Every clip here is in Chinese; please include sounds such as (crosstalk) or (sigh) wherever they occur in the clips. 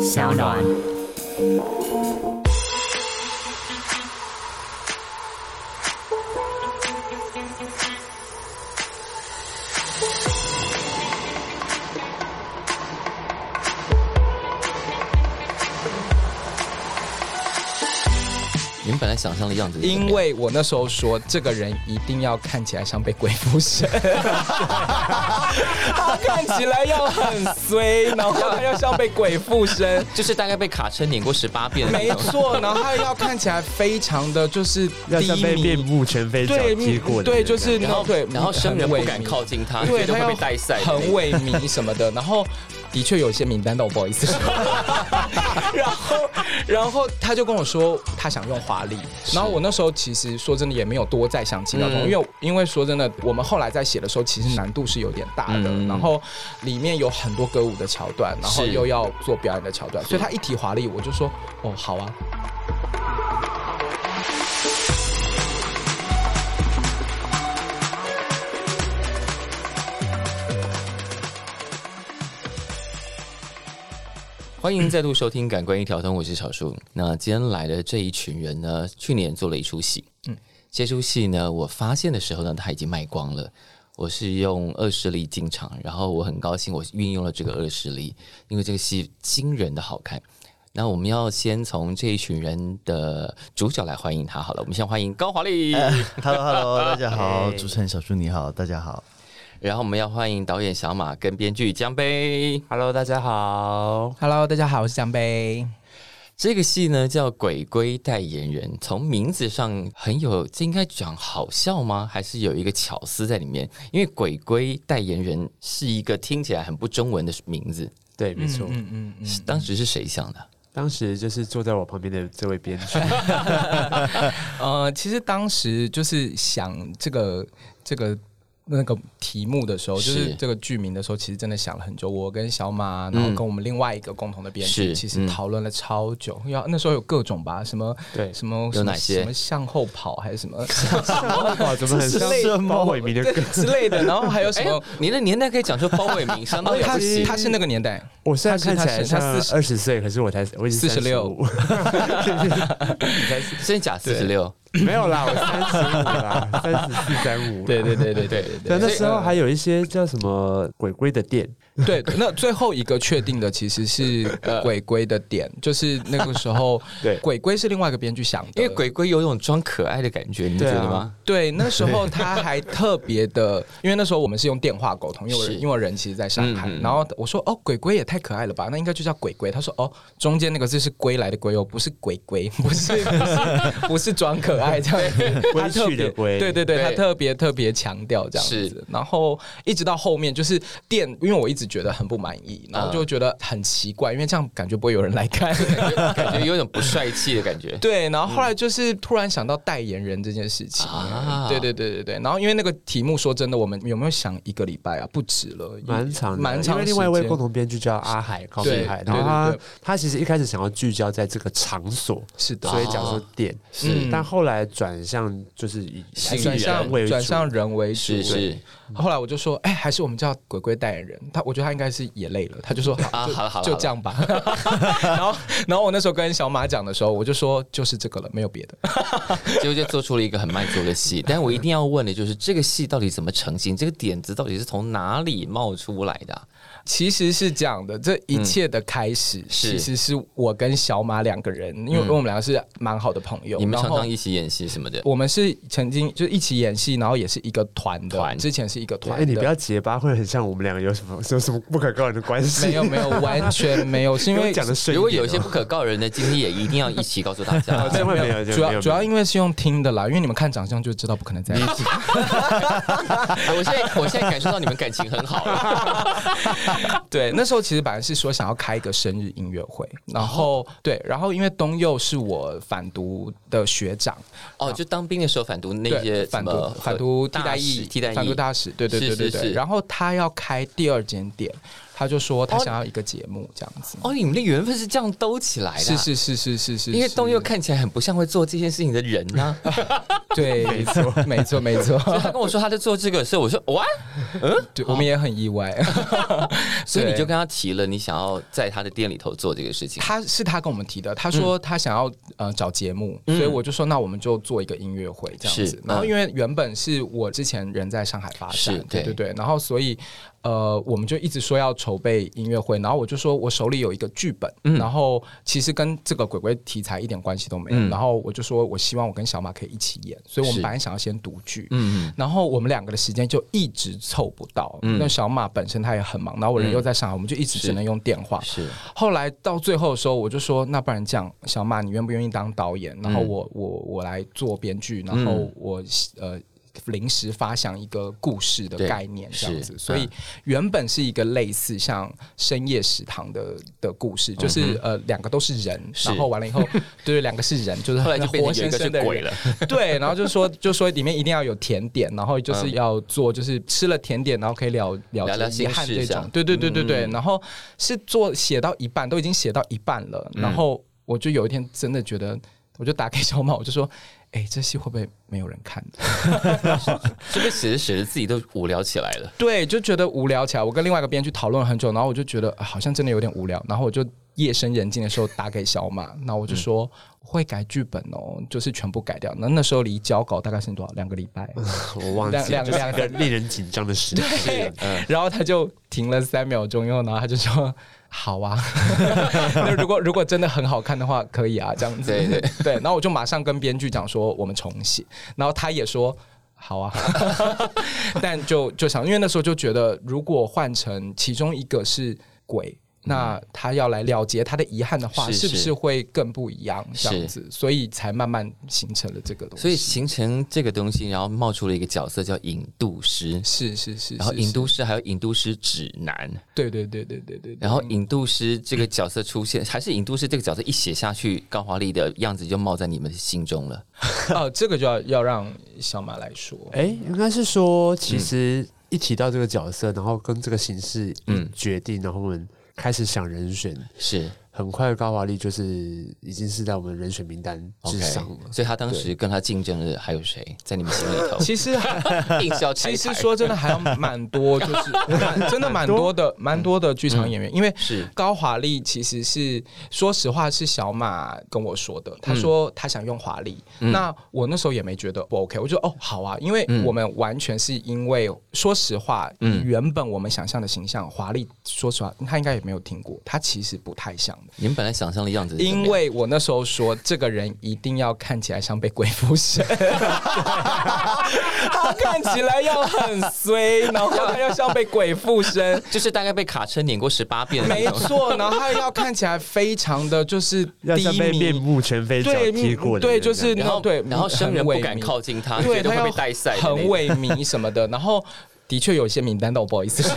小暖。你们本来想象的样子是怎么因样，为我那时候说，这个人一定要看起来像被鬼附身， (laughs) 他看起来要很衰，然后他又像被鬼附身，就是大概被卡车碾过十八遍的那没种，错，然后他要看起来非常的就是要低像被面迷，目全非脚对嗯踢过的那种感觉，对就是然后对然后生人不敢很萎靡靠近他，对觉得会他要被带赛的那很种。萎靡什么的，然后。的确有一些名单，但我不好意思说。 (laughs) 然后，然后他就跟我说他想用华丽，然后我那时候其实说真的也没有多再想其他东西，嗯因为因为说真的，我们后来在写的时候，其实难度是有点大的。嗯然后里面有很多歌舞的桥段，然后是又要做表演的桥段，所以他一提华丽，我就说哦好啊，欢迎再度收听《感官一条通》，我是小树。那今天来的这一群人呢，去年做了一出戏，嗯，这出戏呢，我发现的时候呢，它已经卖光了。我是用恶势力进场，然后我很高兴，我运用了这个恶势力，因为这个戏惊人的好看。那我们要先从这一群人的主角来欢迎他好了，我们先欢迎高华丽， Hello (laughs) Hello，大家好，哎主持人小树你好，大家好。然后我们要欢迎导演小马跟编剧江杯。 Hello，大家好。 Hello，大家好，我是江杯。这个戏呢叫《鬼鬼代言人》，从名字上很有，这应该讲好笑吗？还是有一个巧思在里面？因为“鬼鬼代言人”是一个听起来很不中文的名字，对，没错，嗯嗯嗯，是当时是谁想的？当时就是坐在我旁边的这位编 (laughs) 剧，呃，其实当时就是想这个这个那个题目的时候，就是嗯是这个剧名的时候，其实真的想了很久。我跟小马，然后跟我们另外一个共同的编是剧，其嗯实讨论了超久。因为那时候有各种吧，什么对什么有什么哪些什么向后跑还是什 (laughs) 么哇，怎么很像什么包伟明 (laughs) 的歌？之类的，然后还有什哎么哦呦？，你的年代可以讲说包 (laughs) 伟明相当了哎他不是起，他是那个年代，我现在看起来像他是他是他40二十岁，可是我才我已经46真假四十六， 45 (laughs) 没有啦，我三十五啦，三十四、三五。对对对对对对对，那时候还有一些叫什么鬼鬼的店， (laughs) 对，那最后一个确定的其 (laughs) 实是呃鬼鬼的点，就是那个时候对鬼鬼是另外一个编剧想的，因为鬼鬼有一种装可爱的感觉，你不觉对啊得 (laughs) 吗？对，那时候他还特别的，因为那时候我们是用电话沟通，因为我是人因为我人其实在上海，嗯嗯然后我说哦，鬼鬼也太可爱了吧，那应该就叫鬼鬼。他说哦，中间那个字是归来的归哦，不是鬼鬼， (laughs) 不是不是不是装可爱这样子，他归去的特别归对对对，对他特别特别强调这样是子，然后一直到后面就是店，因为我一直觉得很不满意，然后就觉得很奇怪，因为这样感觉不会有人来看。感觉有一种不帅气的感觉。对，然后后来就是突然想到代言人这件事情，嗯啊对对对对对。然后因为那个题目，说真的，我们有没有想一个礼拜啊？不止了，蛮长的，蛮长因为时间。另外一位共同编剧叫阿海高对明海，对然后对他对他其实一开始想要聚焦在这个场所，是的，所以讲说店，是但后来转向就是以是转人向为主转向人为主是。是后来我就说，哎，还是我们叫鬼鬼代言人。他我觉得他应该是也累了，他就说 (laughs) 啊，好，就好了好了，就这样吧。 (laughs) 然后然后我那时候跟小马讲的时候，我就说就是这个了，没有别的。结果就做出了一个很卖座的戏。但我一定要问的就是，这个戏到底怎么成型？这个点子到底是从哪里冒出来的啊、其实是这样的，这一切的开始、是其实嗯是嗯我跟小马两个人，因为我们两个是蛮好的朋友，你们常然后常一起演戏什么的，我们是曾经就一起演戏，然后也是一个团的，团之前是一个对团哎、的。你不要结巴，会很像我们两个有什么有什么不可告人的关系？没有 (laughs) 没有，完全没有，是因因为为讲的顺一点哦，如果有一些不可告人的经历，也一定要一起告诉大家 (laughs) 哦。千万没有，主要主要因为是用听的啦，因为你们看长相就知道不可能在一 (laughs) 起。我现在我现在感受到你们感情很好了，对，那时候其实本来是说想要开一个生日音乐会，然后对，然后因为东佑是我反毒的学长，哦，就当兵的时候反毒那些对，什反么呃毒反毒替大代使役替代役反毒大使，对对是对对是对。是然后他要开第二间店，他就说他想要一个节目这样子。哦哦，你们的缘分是这样兜起来的、啊是，是是是是是，因为东是佑看起来很不像会做这件事情的人 (laughs) 呐、对，没错没错没 (laughs) 所以错，他跟我说他在做这个，所以我说哇，对，我们也很意外。所以你对就跟他提了，你想要在他的店里头做这个事情。嗯他是他跟我们提的，他说他想要、呃找节目，所以我就说那我们就做一个音乐会这样是子。然后嗯因为原本是我之前人在上海发展是，对对对对，然后所以呃我们就一直说要筹备音乐会，然后我就说我手里有一个剧本，嗯然后其实跟这个鬼鬼题材一点关系都没有，然后我就说我希望我跟小马可以一起演，所以嗯我是们本来想要先读剧，嗯嗯，然后我们两个的时间就一直凑不到，那小马本身他也很忙，然后我人又在上海，我们就一直只能用电话。嗯是后来到最后的时候，我就说，那不然这样，小马，你愿不愿意当导演？然后嗯我、我我来做编剧，然后我、呃临时发想一个故事的对概念这样子是。所以嗯原本是一个类似像深夜食堂的的故事，就是、呃两个都是人，嗯是然后完了以后，对，两个是人，就 (laughs) 是后来就变活成有一生个是生的人鬼 (laughs) 了，对，然后就说就说里面一定要有甜点，然后就是要做就是吃了甜点，然后可以聊聊聊聊遗憾心事这这种样，对对对对对。然后是做写到一半，都已经写到一半了，然后我就有一天真的觉得，我就打给小马，我就说。哎、这戏会不会没有人看？是不是写着写着自己都无聊起来了？对，就觉得无聊起来。我跟另外一个编剧讨论了很久，然后我就觉得、啊好像真的有点无聊，然后我就夜深人静的时候打给小马，那我就说、我会改剧本哦，就是全部改掉。那那时候离交稿大概剩多少？两个礼拜。 (laughs) 我忘记了，两就是两一个令人紧张的时间。嗯然后他就停了三秒钟，然后然后他就说：“好啊， (laughs) 那如果如果真的很好看的话，可以啊，这样子。对对 (laughs) 对然后我就马上跟编剧讲说我们重写，然后他也说。好啊， (laughs) 但就就想，因为那时候就觉得，如果换成其中一个是鬼，那他要来了结他的遗憾的话，嗯是是不是是会更不一样？这样是子，所以才慢慢形成了这个东西。所以形成这个东西，然后冒出了一个角色叫引渡师，是是是，然后是引是渡师还有引渡师指南，对对对对对对对，然后引渡师这个角色出现，还是引渡师这个角色一写下去，高华丽的样子就冒在你们的心中了。 (laughs) 哦，这个就要要让小马来说。哎，应该是说，其实一提到这个角色，然后跟这个形式嗯嗯决定，然后我们开始想人选，是很快高华丽就是已经是在我们人选名单之 OK，上了。所以他当时跟他竞争的还有谁在你们心里头？ (laughs) 其实 (laughs) 硬是要拆其台实说真的，还有蛮多，就是蛮真的蛮多的，蛮多的剧场演员，因为是高华丽其实是说实话是小马跟我说的，他说他想用华丽，那我那时候也没觉得不 OK，我就哦好啊，因为我们完全是因为说实话，原本我们想象的形象华丽，说实话他应该也没有听过，他其实不太像 (laughs) 你们本来想象的样子是怎么样，因为我那时候说，这个人一定要看起来像被鬼附 (laughs) 身，他看起来要很衰，然后他要像被鬼附身，就是大概被卡车碾过十八遍的没那种。错，然后他要看起来非常的就是要低像被面迷，目全非、脚对踢过的对人就这样是然后那对然后生人很不萎敢靡靠近他，对觉得他会要被带赛的那很种。萎靡什么的，然后。的确有一些名单，但我不好意 (laughs) 思说。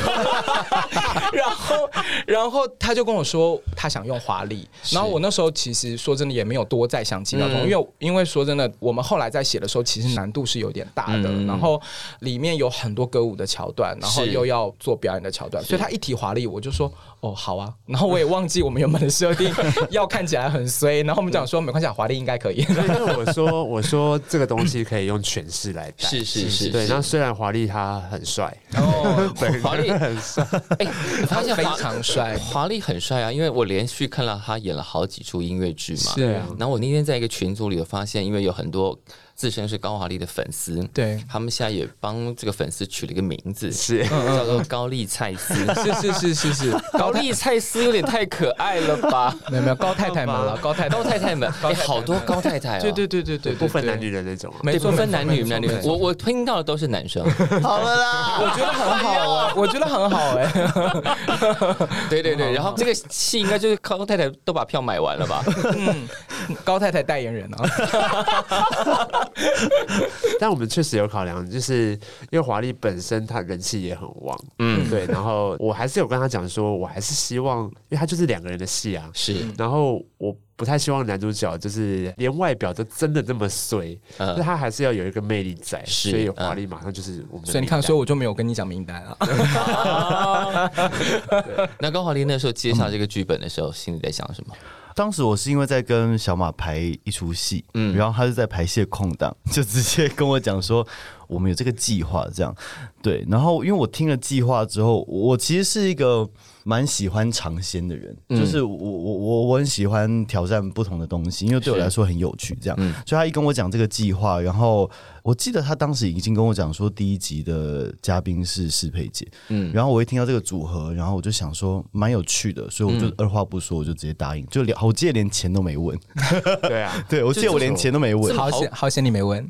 然后，然后他就跟我说他想用华丽，然后我那时候其实说真的也没有多再想其他东西，嗯因为因为说真的，我们后来在写的时候其实难度是有点大的，嗯然后里面有很多歌舞的桥段，然后是又要做表演的桥段，所以他一提华丽，我就说哦好啊，然后我也忘记我们原本的设定要看起来很衰，然后我们讲说没关系啊，华丽应该可以，对因为我说，我说这个东西可以用诠释来带，是是是对。是那虽然华丽他很帅， (laughs) 哦，华 (laughs) 丽很帅，哎、我发现非华常帅，华丽很帅啊，因为我连续看了他演了好几出音乐剧嘛。是啊然后我那天在一个群组里有发现，因为有很多自称是高华丽的粉丝，对他们现在也帮这个粉丝取了一个名字，是嗯叫做高丽蔡 (laughs) 斯。是是是是是，高丽蔡斯有点太可爱了吧？没有没有高太太们了，高 (laughs) 太高太太们，哎、好多高太太啊、对对对对对，不分男女，的那种啊。没对，错，不分男女，没错男女没，错我我听到的都是男生。好了啦，我觉得很好啊，我觉得很好哎， (laughs) 对对对，然后这个戏应该就是高太太都把票买完了 (laughs) 吧？高太太代言人啊，但我们确实有考量，就是因为华丽本身她人气也很旺，嗯，对。然嗯后我还是有跟他讲说，我还是希望，因为他就是两个人的戏啊，是然后我不太希望男主角就是连外表都真的这么衰，嗯但他还是要有一个魅力在，是嗯所以华丽马上就是我们的名单。所以你看，所以我就没有跟你讲名单啊。那高华丽那时候接下这个剧本的时候，心里在想什么？当时我是因为在跟小马排一出戏，嗯，然后他是在排戏的空档， (laughs) 就直接跟我讲说我们有这个计划，这样对。然后因为我听了计划之后，我其实是一个蛮喜欢尝鲜的人，就是我我我我很喜欢挑战不同的东西，因为对我来说很有趣，这样。所以他一跟我讲这个计划，然后我记得他当时已经跟我讲说第一集的嘉宾是适配姐，嗯然后我一听到这个组合，然后我就想说蛮有趣的，所以我就嗯二话不说，我就直接答应，就连我记得连钱都没问， (laughs) 对 (laughs) 啊，对我记得我连钱都没问，好险，好险你没问。 (laughs)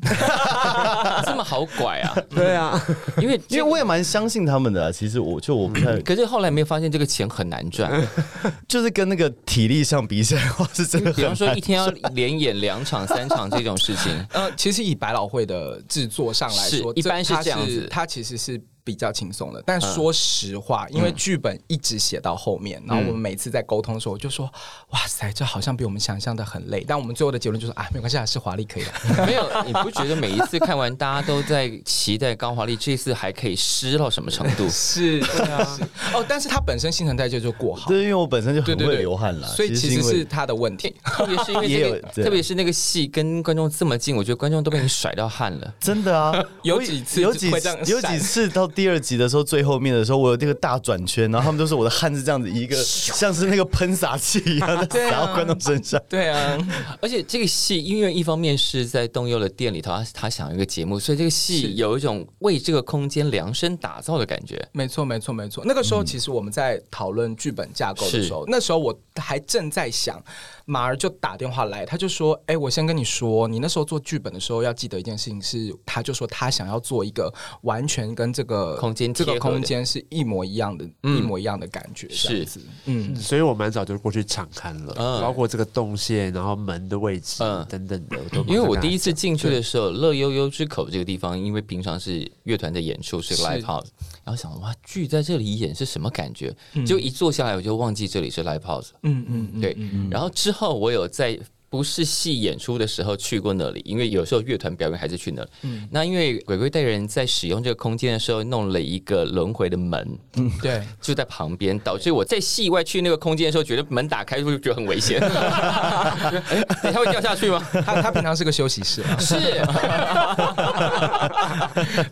这么好拐啊！对啊，因为因为我也蛮相信他们的啊、其实我就我不太嗯可是后来没有发现这个钱很难 (laughs) 赚， (clears throat) 就是跟那个体力上比起来的话，是真的 (laughs) 比很方说一天要连演两场、三场这种事 (laughs) 情，呃，其实以百老汇的制作上来是说，一般是它这样子嗯它其实是。比较轻松的，但说实话，因为剧本一直写到后面，嗯然后我们每次在沟通的时候，我就说：“哇塞，这好像比我们想象的很累。”但我们最后的结论就是：“啊，没关系啊，是华丽可以的。没有，你不觉得每一次看完，大家都在期待高华丽这次还可以湿到什么程 (laughs) 度”？是，对啊， (laughs) 哦，但是它本身新陈代谢就过好，对，因为我本身就对很对会对，流汗啦，所以其因实为是他的问题。特别是因为也这有个，对特别是那个戏跟观众这么近，我觉得观众都被你甩到汗了。真的啊， (laughs) 有我几次有几会这样有几闪次到第二集的时候，最后面的时候，我有这个大转圈，然后他们都说我的汗是这样子一个像是那个喷洒器 (laughs) 一样的对啊洒到观众身上。对啊， (laughs) 而且这个戏，因为一方面是在动佑的店里头，他他想要一个节目，所以这个戏有一种为这个空间量身打造的感觉。没错，没错，没错。那个时嗯候其实我们在讨论剧本架构的时候，那时候我还正在想，马儿就打电话来，他就说：“哎、我先跟你说，你那时候做剧本的时候要记得一件事情是，他就说他想要做一个完全跟这个空间这贴个合的嗯空间是一模一样的，一模一样的感觉，这样是子，嗯。”所以我蛮早就过去场刊了，嗯包括这个动线，然后门的位置、嗯等等的，我都因为我第一一次进去的时候，乐悠悠之口这个地方，因为平常是乐团的演出是个是 live house，然后想哇剧在这里演是什么感觉？就一坐下来我就忘记这里是 live house，嗯嗯嗯，对，然后之后我有在不是戏演出的时候去过那里，因为有时候乐团表演还是去那里。嗯那因为鬼鬼带人在使用这个空间的时候，弄了一个轮回的门，嗯对，就在旁边，导致我在戏外去那个空间的时候，觉得门打开会觉得很危 (laughs) 险。 (laughs) 哎，它会掉下去吗？他他平常是个休息室啊，是，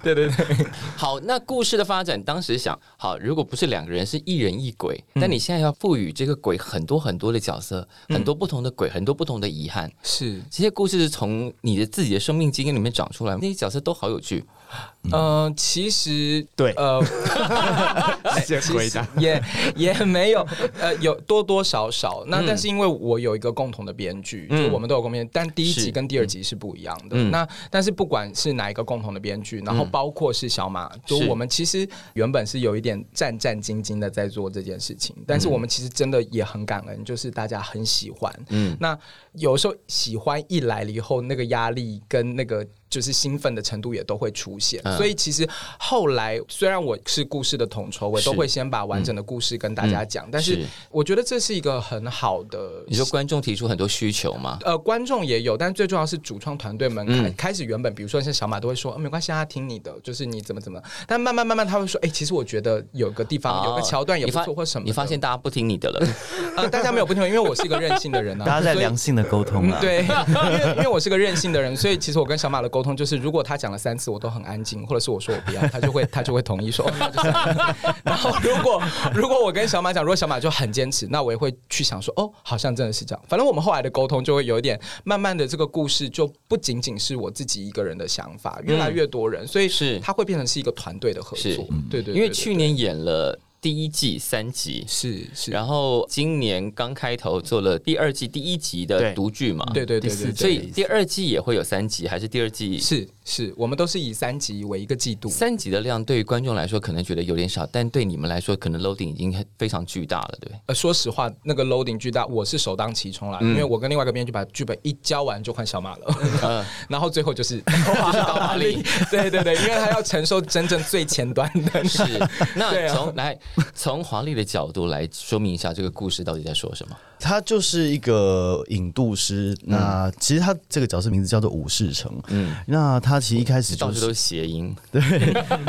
对对对，好，那故事的发展，当时想，好，如果不是两个人，是一人一鬼，嗯但你现在要赋予这个鬼很多很多的角色，很多不同的鬼，很多不同的遗憾， (laughs) 是，这些故事是从你的自己的生命经验里面长出来，那些角色都好有趣。嗯、其实对呃，次回答，也也没有，呃，有多多少少。那但是因为我有一个共同的编剧，就我们都有共编，但第一是集跟第二集是不一样的。嗯那但是不管是哪一个共同的编剧，然后包括是小马，就是我们其实原本是有一点战战兢兢的在做这件事情，但是我们其实真的也很感恩，就是大家很喜欢。嗯嗯，那有时候喜欢一来了以后，那个压力跟那个。就是兴奋的程度也都会出现，嗯所以其实后来虽然我是故事的统筹，我都是嗯会先把完整的故事跟大家讲，但是是我觉得这是一个很好的你。说观众提出很多需求嘛？呃，观众也有，但最重要是主创团队们开、嗯开始原本，比如说像小马都会说、呃没关系啊，听你的，就是你怎么怎么，但慢慢慢慢他会说，哎、其实我觉得有个地方、有个桥段也啊哦你不发错或什么的你发现大家不听你的了，呃，大家没有不听，因为我是一个任性 (laughs) 的人啊，大家在所以良性的沟通嗯啊，，对，因为因为我是个任性的人，所以其实我跟小马的沟通就是，如果他讲了三次我都很安静，或者是我说我不要，他就会他就会同 (laughs) 意说。哦那就算了然后如果如果我跟小马讲，如果小马就很坚持，那我也会去想说，哦，好像真的是这样。反正我们后来的沟通就会有一点，慢慢的这个故事就不仅仅是我自己一个人的想法，越来越多人，所以是它会变成是一个团队的合是嗯作。对 (laughs) 对对因为对去年演了第一季三集，是是，然后今年刚开头做了第二季第一集的对独剧嘛，对对对对对，所以第二季也会有三集，还是第二季是是，我们都是以三级为一个季度。三集的量对于观众来说可能觉得有点少，但对你们来说可能 loading 已经非常巨大了，对不 (laughs) 对？呃，说实话，那个 loading 巨大，我是首当其冲啦，因为我跟另外一个编剧把剧本一交完就换小马了， (laughs) 然后最后就是高 (laughs) 马力，对对对，因为他要承受真正最前端的，是，那对啊从来从华丽的角度来说明一下这个故事到底在说什么。他就是一个引渡师。嗯那其实他这个角色名字叫做武世成。嗯，那他其实一开始到就处是都是谐音， (laughs)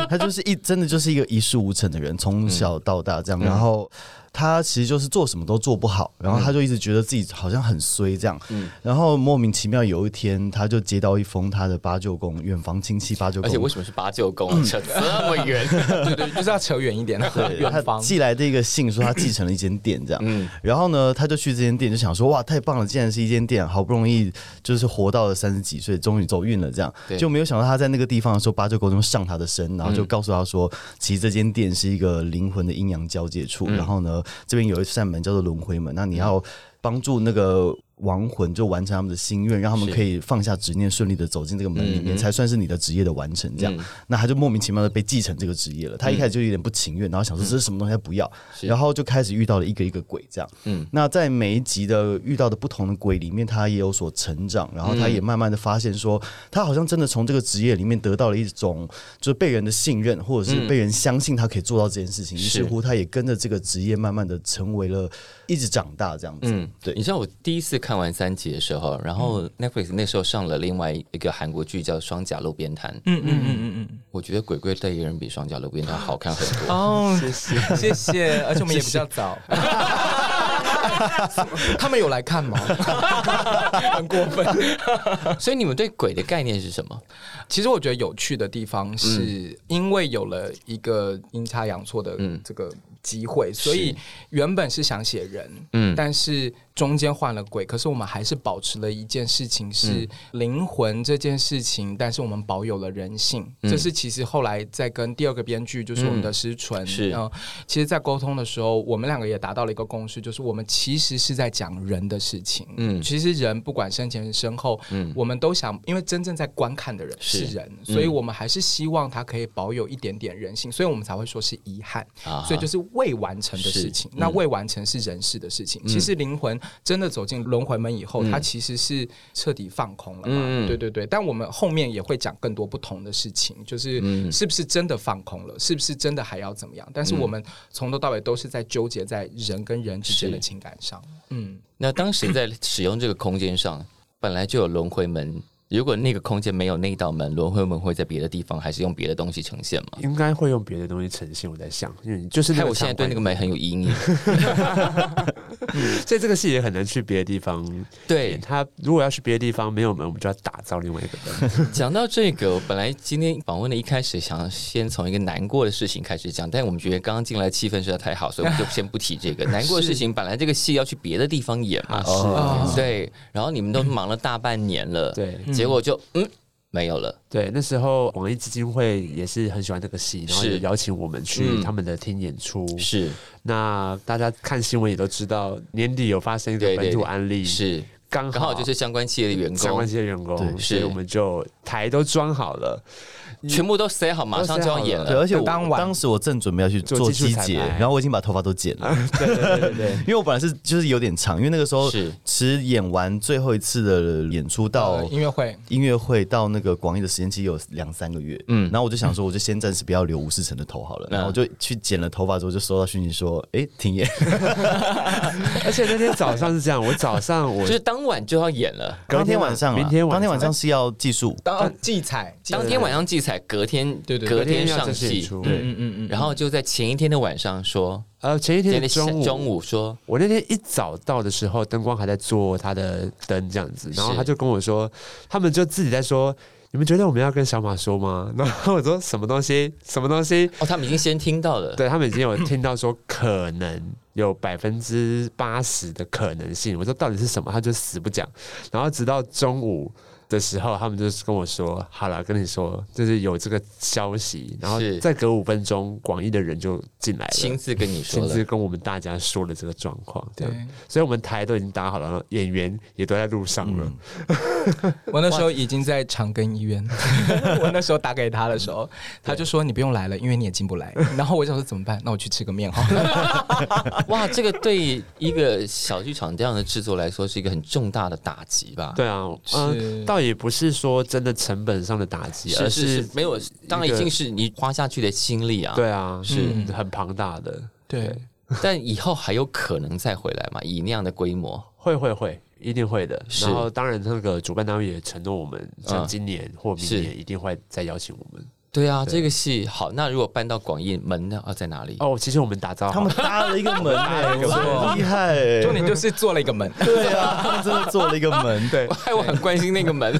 他就是一真的就是一个一事无成的人，从嗯小到大这样。然后他其实就是做什么都做不好，嗯然后他就一直觉得自己好像很衰这样。然后莫名其妙有一天，他就接到一封他的八舅公远房亲戚八舅而公且为什么是八舅公 (laughs) 啊？扯这么远，对对，就是要扯远一点，对， (laughs) 远他方。寄来的一个信说他继承了一间店这样，然后呢，他就去这间店就想说哇太棒了，竟然是一间店，好不容易就是活到了三十几岁，终于走运了这样对，就没有想到他在那个地方的时候，八九狗中上他的身，然后就告诉他说，其实这间店是一个灵魂的阴阳交界处，然后呢，这边有一扇门叫做轮回门，那你要帮助那个。亡魂就完成他们的心愿，让他们是可以放下执念，顺利的走进这个门里面，才算是你的职业的完成。这样，嗯那他就莫名其妙的被继承这个职业了。他一开始就有点不情愿，然后想说这是什么东西，他不要，嗯是然后就开始遇到了一个一个鬼这样。嗯嗯，那在每一集的遇到的不同的鬼里面，他也有所成长，然后嗯他也慢慢的发现说，他好像真的从这个职业里面得到了一种就是被人的信任，或者是被人相信他可以做到这件事情。于嗯是是乎，他也跟着这个职业慢慢的成为了一直长大这样子。嗯，对你知道我第一次看完三集的时候，然后 Netflix 那时候上了另外一个韩国剧叫《双甲路边摊》，嗯嗯嗯嗯我觉得《鬼鬼代言人》比《双甲路边摊》好看很 (laughs) 嗯。多。哦，谢谢。谢谢，而且我们也比较早。 (laughs) 他们有来看 (laughs) 吗？很过分。所以你们对鬼的概念是什么？其实我觉得有趣的地嗯方是，因为有了一个阴差阳错的嗯这个机会，所以原本是想写人，嗯但是中间换了鬼，可是我们还是保持了一件事情嗯是灵魂这件事情，但是我们保有了人性。嗯这是其实后来在跟第二个编剧，就是我们的石纯，是呃其实，在沟通的时候，我们两个也达到了一个共识，就是我们其实是在讲人的事情。嗯嗯，其实人不管生前身后，嗯我们都想，因为真正在观看的人是嗯是人，所以我们还是希望他可以保有一点点人性，所以我们才会说是遗憾。啊哈所以就是未完成的事嗯情。那未完成是人事的事情。其实灵魂真的走进轮回门以后，它其实是彻底放空了嘛。嗯对对对。但我们后面也会讲更多不同的事情，嗯就是是不是真的放空了，是不是真的还要怎么样？但是我们从头到尾都是在纠结在人跟人之间的是情感上。嗯，那当时在使用这个空间上，本来就有轮回门。如果那个空间没有那道门，轮回门会在别的地方，还是用别的东西呈现吗？应该会用别的东西呈现。我在想，因为你就是那害个我现在对那个场门很有阴影。馆， (laughs) 所以这个戏也很难去别的地方对，他如果要去别的地方没有门，我们就要打造另外一个 (laughs) 门。讲到这个，我本来今天访问的一开始想先从一个难过的事情开始讲，但我们觉得刚刚进来气氛实在太好，所以我们就先不提这 (laughs) 个难过的事情。本来这个戏要去别的地方演嘛，哦啊对，然后你们都忙了大半年了，对结果就嗯没有了，对，那时候网易基金会也是很喜欢这个戏，然后是嗯也邀请我们去他们的听演出。是那大家看新闻也都知道，年底有发生一对个对本土案例，是，刚刚好就是相关企业的员嗯相关工这。些员工，对所以是我们就台都装好了，全部都塞好，马上就要演对，了。而且我当晚当时我正准备要去做做技术机彩节，排然后我已经把头发都剪了，对对对对 (laughs) 因为我本来是就是有点长，因为那个时候是其实演完最后一次的演出到呃音乐会。音乐会到那个广义的时间其实有两三个月，嗯，然后我就想说，我就先暂时不要留吴世成的头好了，然后我就去剪了头发之后，就收到讯息说，哎，停演，对，而且那天早上是这样， (laughs) 我早上我就是当晚就要演了，隔当天天晚晚上啊，明天晚上当天晚上是要技术，当祭彩，祭当天晚上记彩，隔天对对对隔隔天天要上正式演戏，出，对嗯嗯嗯，然后就在前一天的晚上说，呃，前一前天一的天中午，中午说，我那天一早到的时候，灯光还在做他的灯这样子，然后是他就跟我说，他们就自己在说，你们觉得我们要跟小马说吗？ (laughs) 然后我说什么东西，什么东西？哦，他们已经先听到了，对他们已经有听到说可能有百分之八十的可能性，我说到底是什么，他就死不讲，然后直到中午。的时候，他们就是跟我说：“好了，跟你说，就是有这个消息。”然后是再隔五分钟，广义的人就进来了，亲自跟你说亲了自。跟我们大家说了这个状况，这对样，所以我们台都已经搭好了，然后演员也都在路上了。我那时候已经在长庚医院， (laughs) 我那时候打给他的时候，他就说你不用来了，因为你也进不来。然后我想说怎么办？那我去吃个面好了。哇，这个对一个小剧场这样的制作来说是一个很重大的打击吧？，对啊，嗯、是倒也不是说真的成本上的打击，而是是是，没有，当然已经是你花下去的心力啊。，对啊，是嗯很庞大的。对，但以后还有可能再回来嘛？以那样的规模，会会会，一定会的。是然后当然，那个主办单位也承诺我们，像今年或明是年一定会再邀请我们。对啊，对这个戏好。那如果搬到广义门呢？要在哪里？哦，其实我们打造他好们了搭了一个门、欸，个门我很厉害、欸。重点就是做了一个门，对啊，他们真的做了一个门。对，哎，我很关心那个门。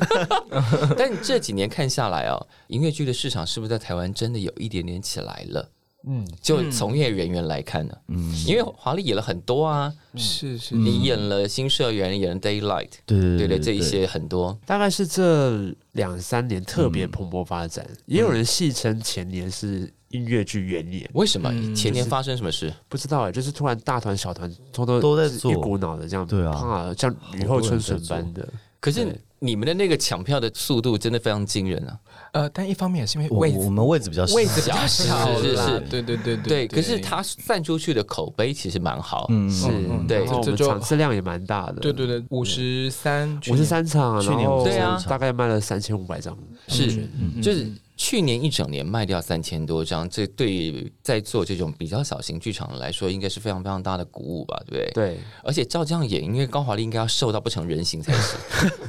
(laughs) 但这几年看下来哦，音乐剧的市场是不是在台湾真的有一点点起来了？嗯，就从业人员来看呢，嗯，因为华丽演了很多啊， (laughs) 是是你演了新社员，演了 Daylight，对嗯对对对对，这一些很多。大概是这两三年特别蓬勃发展，也有人戏称前年是音乐剧元年，为什么嗯前年发生什么事？不知道哎、就是突然大团小团通通都在是做一股脑的这样，对啊啪，像雨后春笋般的，可是你们的那个抢票的速度真的非常惊人啊！呃，但一方面也是因为我位我置们位置比较位置比小，较小是是啦是对对对对，可是它散出去的口碑其实蛮好。嗯，是嗯，对然后我这们就场次量也蛮大的，对对对，五十三五十三场，去年然后对啊大概卖了三千五百张，是，嗯就是去年一整年卖掉三千多张，这对于在做这种比较小型剧场的来说，应该是非常非常大的鼓舞吧，对不对？。对，而且照这样演，因为高华丽应该要瘦到不成人形才是。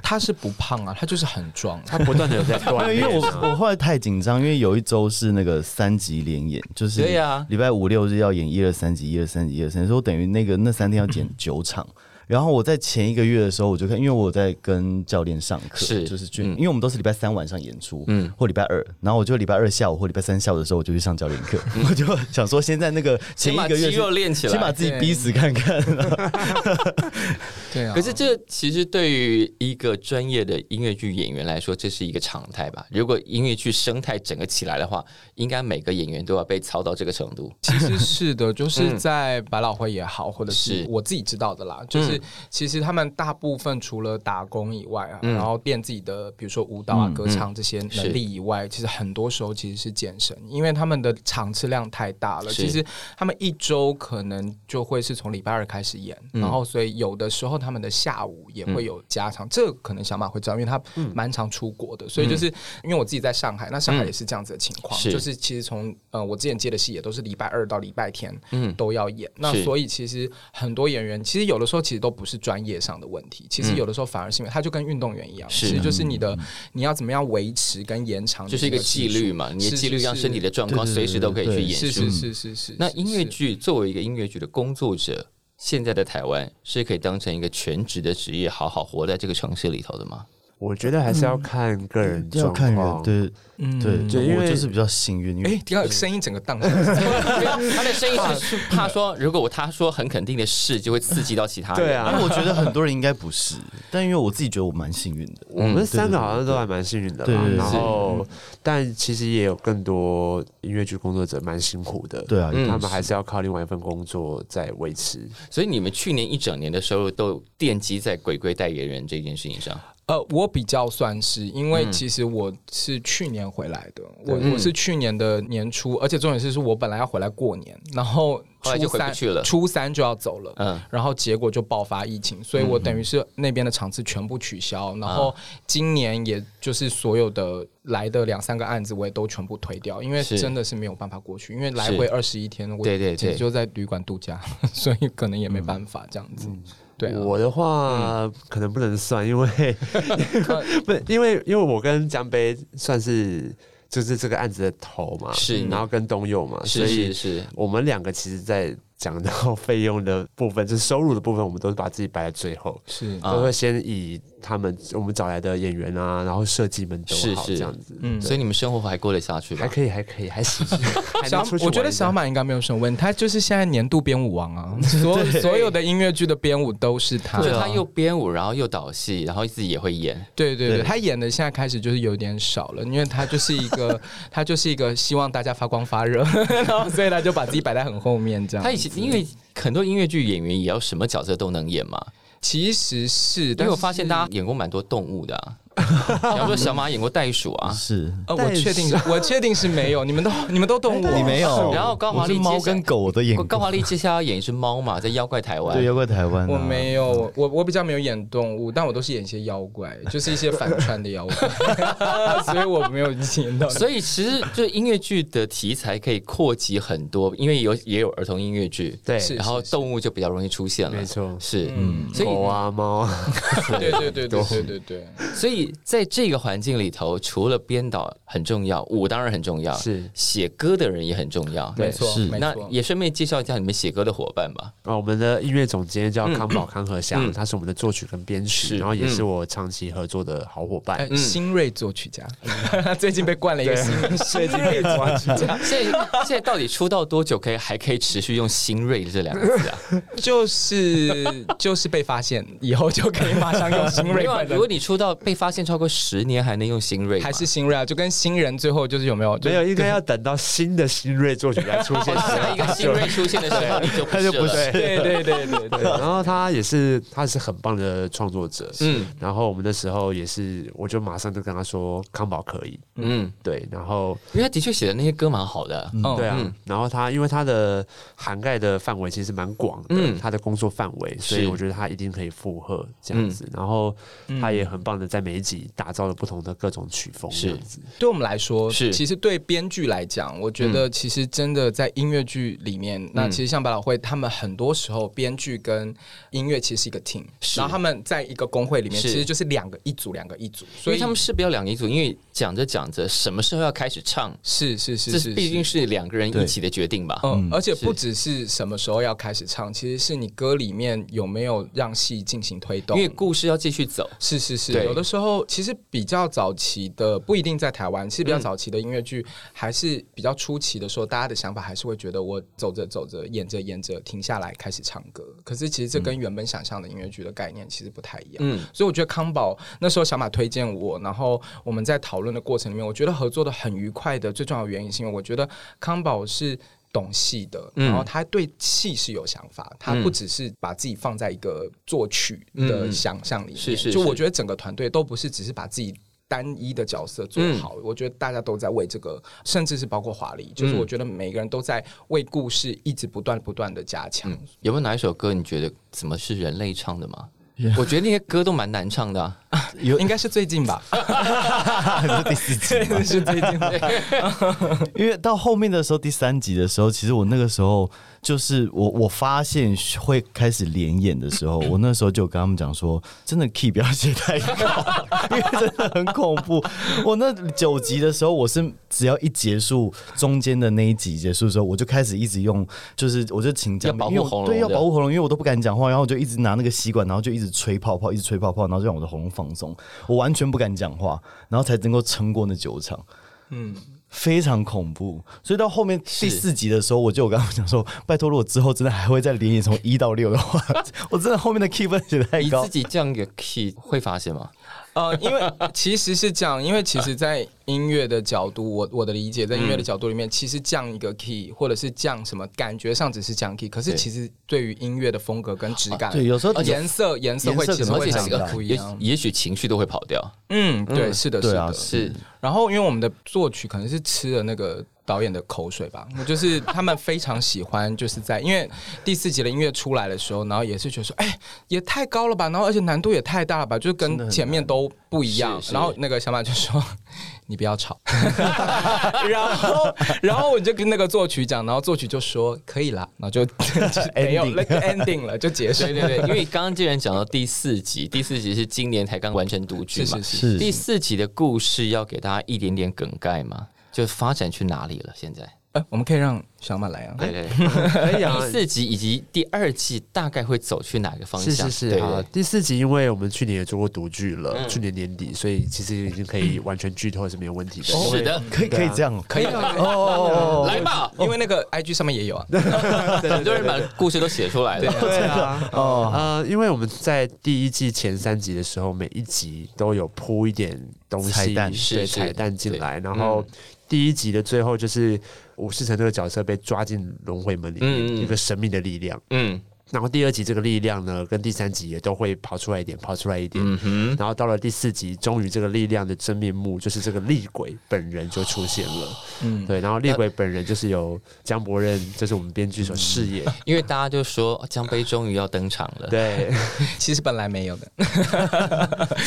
他是不胖啊，他就是很壮，他不断的有在 (laughs) 锻没有，因炼啊，为我我后来太紧张，因为有一周是那个三级连演，就是对呀礼拜五六日要演一二三级，一二三级，一二三级，所以我等于那个那三天要剪九场。然后我在前一个月的时候，我就看，因为我在跟教练上课，是就是去，嗯因为我们都是礼拜三晚上演出，嗯，或礼拜二，然后我就礼拜二下午或礼拜三下午的时候，我就去上教练课，我就想说，先在那个前一个月嗯先把肌肉练起来先把自己逼死看看， (laughs) 对啊。可是这其实对于一个专业的音乐剧演员来说，这是一个常态吧？如果音乐剧生态整个起来的话，应该每个演员都要被操到这个程度。其实是的，就是在百老汇也好，或者是是我自己知道的啦，就是其实他们大部分除了打工以外啊，然后练自己的，比如说舞蹈啊、歌唱这些能力以外，其实很多时候其实是健身，因为他们的场次量太大了。是其实他们一周可能就会是从礼拜二开始演，然后所以有的时候他们的下午也会有加场，这个可能小马会知道，因为他蛮常出国的，所以就是因为我自己在上海，那上海也是这样子的情况，是就是。是其实从呃我之前接的戏也都是礼拜二到礼拜天，嗯，都要演。那是所以其实很多演员，其实有的时候其实都不是专业上的问题，其实有的时候反而是因为他就跟运动员一样，嗯是其实就是你的你要怎么样维持跟延长，就是一个纪律。嘛，你的是纪律是让身体的状况对对随时都可以去对演是出是。是是是。那是音乐是剧作为一个音乐剧的工作者，现在的台湾是可以当成一个全职的职业，好好活在这个城市里头的吗？ (laughs) (laughs) 我觉得还是要看个人要状看人，况，对啊嗯对，对因我为就是比较幸运，因为哎，第二声音整个荡下来，他的声音是怕说，如果我他说很肯定的是，就会刺激到其他人。对因为啊。我觉得很多人应该不 (laughs) 是，但因为我自己觉得我蛮幸运的。我们三个好像都还蛮幸运的对啦对，对然后但其实也有更多音乐剧工作者蛮辛苦的，对啊，嗯他们还是要靠另外一份工作在维持。所以你们去年一整年的收入都奠基在鬼鬼代言人这件事情上。呃，我比较算是，因嗯为其实我是去年回来的，我我是去年的年初，而且重点是，是我本来要回来过年，然后后来就初回不三去了初三就要走了，嗯然后结果就爆发疫情，所以我等于是那边的场次全部取消，然啊后今年也就是所有的来的两三个案子我也都全部推掉，因为是真的是没有办法过去，因为来是回二十一天，我对对其对实就在旅馆度假， (laughs) 所以可能也没办法这样子，嗯对啊、我的话、可能不能算，因 (laughs) 为 (laughs) 不，因为因为我跟江杯算是就是这个案子的头嘛，是然后跟东佑嘛，所是是以是，我们两个其实，在讲到费用的部分，就是收入的部分，我们都是把自己摆在最后。是啊都会先以他们我们找来的演员啊，然后设计们都好是是这样子，嗯所以你们生活还过得下去还吧？可以，还可以，还行。还能小出去我觉玩得一下小马应该没有什么问题，他就是现在年度编舞王 (laughs) 啊，所所有的音乐剧的编舞都是他。啊就他又编舞，然后又导戏，然后自己也会演。对对对，对他演的现在开始就是有点少了，因为他就是一个 (laughs) 他就是一个希望大家发光发热， (laughs) 然后所以他就把自己摆在很后面这样。他以前因为很多音乐剧演员也要什么角色都能演嘛，其实是，因但为是我发现大家演过蛮多动物的啊、假如说小马演过袋鼠啊，是呃，我确定， (laughs) 我确定是没有，你们都你们都懂我，啊你没有。然后高华丽我是猫接下跟狗我都演过，高华丽接下来要演一只猫嘛，在《妖怪台湾对》。妖怪台湾啊，我没有，我我比较没有演动物，但我都是演一些妖怪，就是一些反串的妖怪， (laughs) 所以我没有演到。所以其实就音乐剧的题材可以扩及很多，因为有也有儿童音乐剧，对，是然后动物就比较容易出现了没。错，是，嗯，所以狗啊猫啊，对对对对对对对，所以在这个环境里头，除了编导很重要，舞当然很重要，是写歌的人也很重要。没错是，没那错。也顺便介绍一下你们写歌的伙伴 (laughs) 吧。啊，我们的音乐总监叫康宝康和祥，嗯他是我们的作曲跟编曲，是然后也是嗯我长期合作的好伙伴哎。，新锐作曲家， (laughs) 最近被冠了一个新锐作曲家，现在现在到底出道多久可以还可以持续用“新锐”这两个字啊？ (laughs) 就是就是被发现以后就可以马上用新没锐有啊，冠如的果，你出道被发现超过十年，还能用“新锐”吗？还 (laughs) 是新锐啊？就跟新人最后就是有没有就没有，应该要等到新的新锐作曲家出现 (laughs) 下一个新锐出现的时 (laughs) 候，你就不他是就不了。是对对对对对，对，然后他也是，他是很棒的创作者。嗯然后我们那时候也是，我就马上就跟他说康宝可以，嗯，对，然后因为他的确写的那些歌蛮好的。 (laughs) 嗯对啊，嗯然后他因为他的涵盖的范围其实蛮广的，嗯他的工作范围，所以是嗯我觉得他一定可以负荷这样子。然后他也很棒的在每一集打造了不同的各种曲风，是这样子。对我们来说，是嗯其实对编剧来讲，我觉得其实真的在音乐剧里面，那其实像百老汇，他们很多时候编剧跟音乐其实是一个 team，是然后他们在一个工会里面，是其实就是两个一组，两个一组，所所以以他们势必要两人一组，因为讲着讲着，什么时候要开始唱，是是是这是，毕竟是两个人一起的决定吧。嗯，而且是不只是什么时候要开始唱，其实是你歌里面有没有让戏进行推因动。为故事要继续 (laughs) 走，是是是，对有的时候其实比较早期的不一定在台湾，其实比较早期的音乐剧还是比较初期的时候，大家的想法还是会觉得我走着走着，演着演着停下来开始唱歌。可是其实这跟原本想象的音乐剧的概念其实不太一样。嗯所以我觉得康宝那时候小马推荐我，然后我们在讨论的过程里面，我觉得合作的很愉快的最重要的原因是因为我觉得康宝是。懂戏的，嗯然后他对戏是有想法，他不只是把自己放在一个作曲嗯的想象里面，是是就是我觉得整个团队都不是只是把自己。单一的角色做好，我觉得大家都在为这个，甚至是包括华丽，就是嗯我觉得每个人都在为故事一直不断不断的加强。有没有哪一首歌你觉得怎么是人类唱的吗？我觉得那些歌都蛮难唱的、 (laughs) 啊，有 (laughs) 应该是最近 (laughs) 吧，是第四集吗？是最 (laughs) 近。因为到后面的时候，第三集的时候，其实我那个时候就是我我发现会开始连演的时候，我那时候就有跟他们讲说，真的 key 不要写太高，因为真的很恐怖。我那九集的时候，我是只要一结束中间的那一集结束的时候，我就开始一直用，就是我就请讲，要保护因为我喉咙对，要的保护喉咙，因为我都不敢讲话，然后我就一直拿那个吸管，然后就一直吹泡泡，一直吹泡泡，然后就让我的喉咙放松，我完全不敢讲话，然后才能够撑过那九场。嗯非常恐怖，所以到后面第四集的时候，我就有跟他们讲说，拜托，如果之后真的还会再连演从一到六的话， (laughs) 我真的后面的 key 分写太你高自，己降一个 key 会发现吗？呃，因为其实是这样，因为其实，在音乐的角度，我我的理解，在音乐的角度里面，其实降一个 key 或者是降什么，感觉上只是降 key，可是对其实对于音乐的风格跟质感，啊对，有时候呃颜色颜色颜会色其实可能会会长长得大不一也样。也许情绪都会跑掉，嗯，对，是的，是对啊的，是然后，因为我们的作曲可能是吃了那个导演的口水吧， (laughs) 我就是他们非常喜欢，就是在因为第四集的音乐出来的时候，然后也是觉得说，哎，也太高了吧，然后而且难度也太大了吧，就是真的跟很前面都不一样是。是然后那个小马就说：“你不要吵。”然后，然后我就跟那个作曲讲，然后作曲就说：“可以啦。”然后就 (laughs) 就没有 (laughs) Ending 那个 ending 了，就结束。对对对，因为刚刚既然讲到第四集，第四集是今年才刚完成独剧是嘛是，是，是第四集的故事要给大家一点点梗概嘛，就发展去哪里了？现在哎，我们可以让小马来啊。对对， (laughs) 对可以 (laughs) 啊第。四集以及第二季大概会走去哪个方是向？是是对啊对，第四集因为我们去年也做过独剧了，去年年底，所以其实已经可以完全剧透是没有问题的。是的，可以可以这样哦，可以啊，哦哦哦 (laughs) 哦来吧，因为那个 IG 上面也有啊。很多人把故事都写出来了。对啊，哦，呃，因为我们在第一季前三集的时候，每一集都有铺一点东西，彩蛋是对是彩蛋进来，然嗯后第一集的最后就是武士成这个角色被抓进轮回门里面，嗯嗯一个神秘的力量。嗯，然后第二集这个力量呢，跟第三集也都会跑出来一点，跑出来一点。嗯然后到了第四集，终于这个力量的真面目就是这个厉鬼本人就出现了。嗯，对，然后厉鬼本人就是由江伯任，这是我们编剧所饰演。因为大家就说哦江杯终于要登场了，对， (laughs) 其实本来没有的，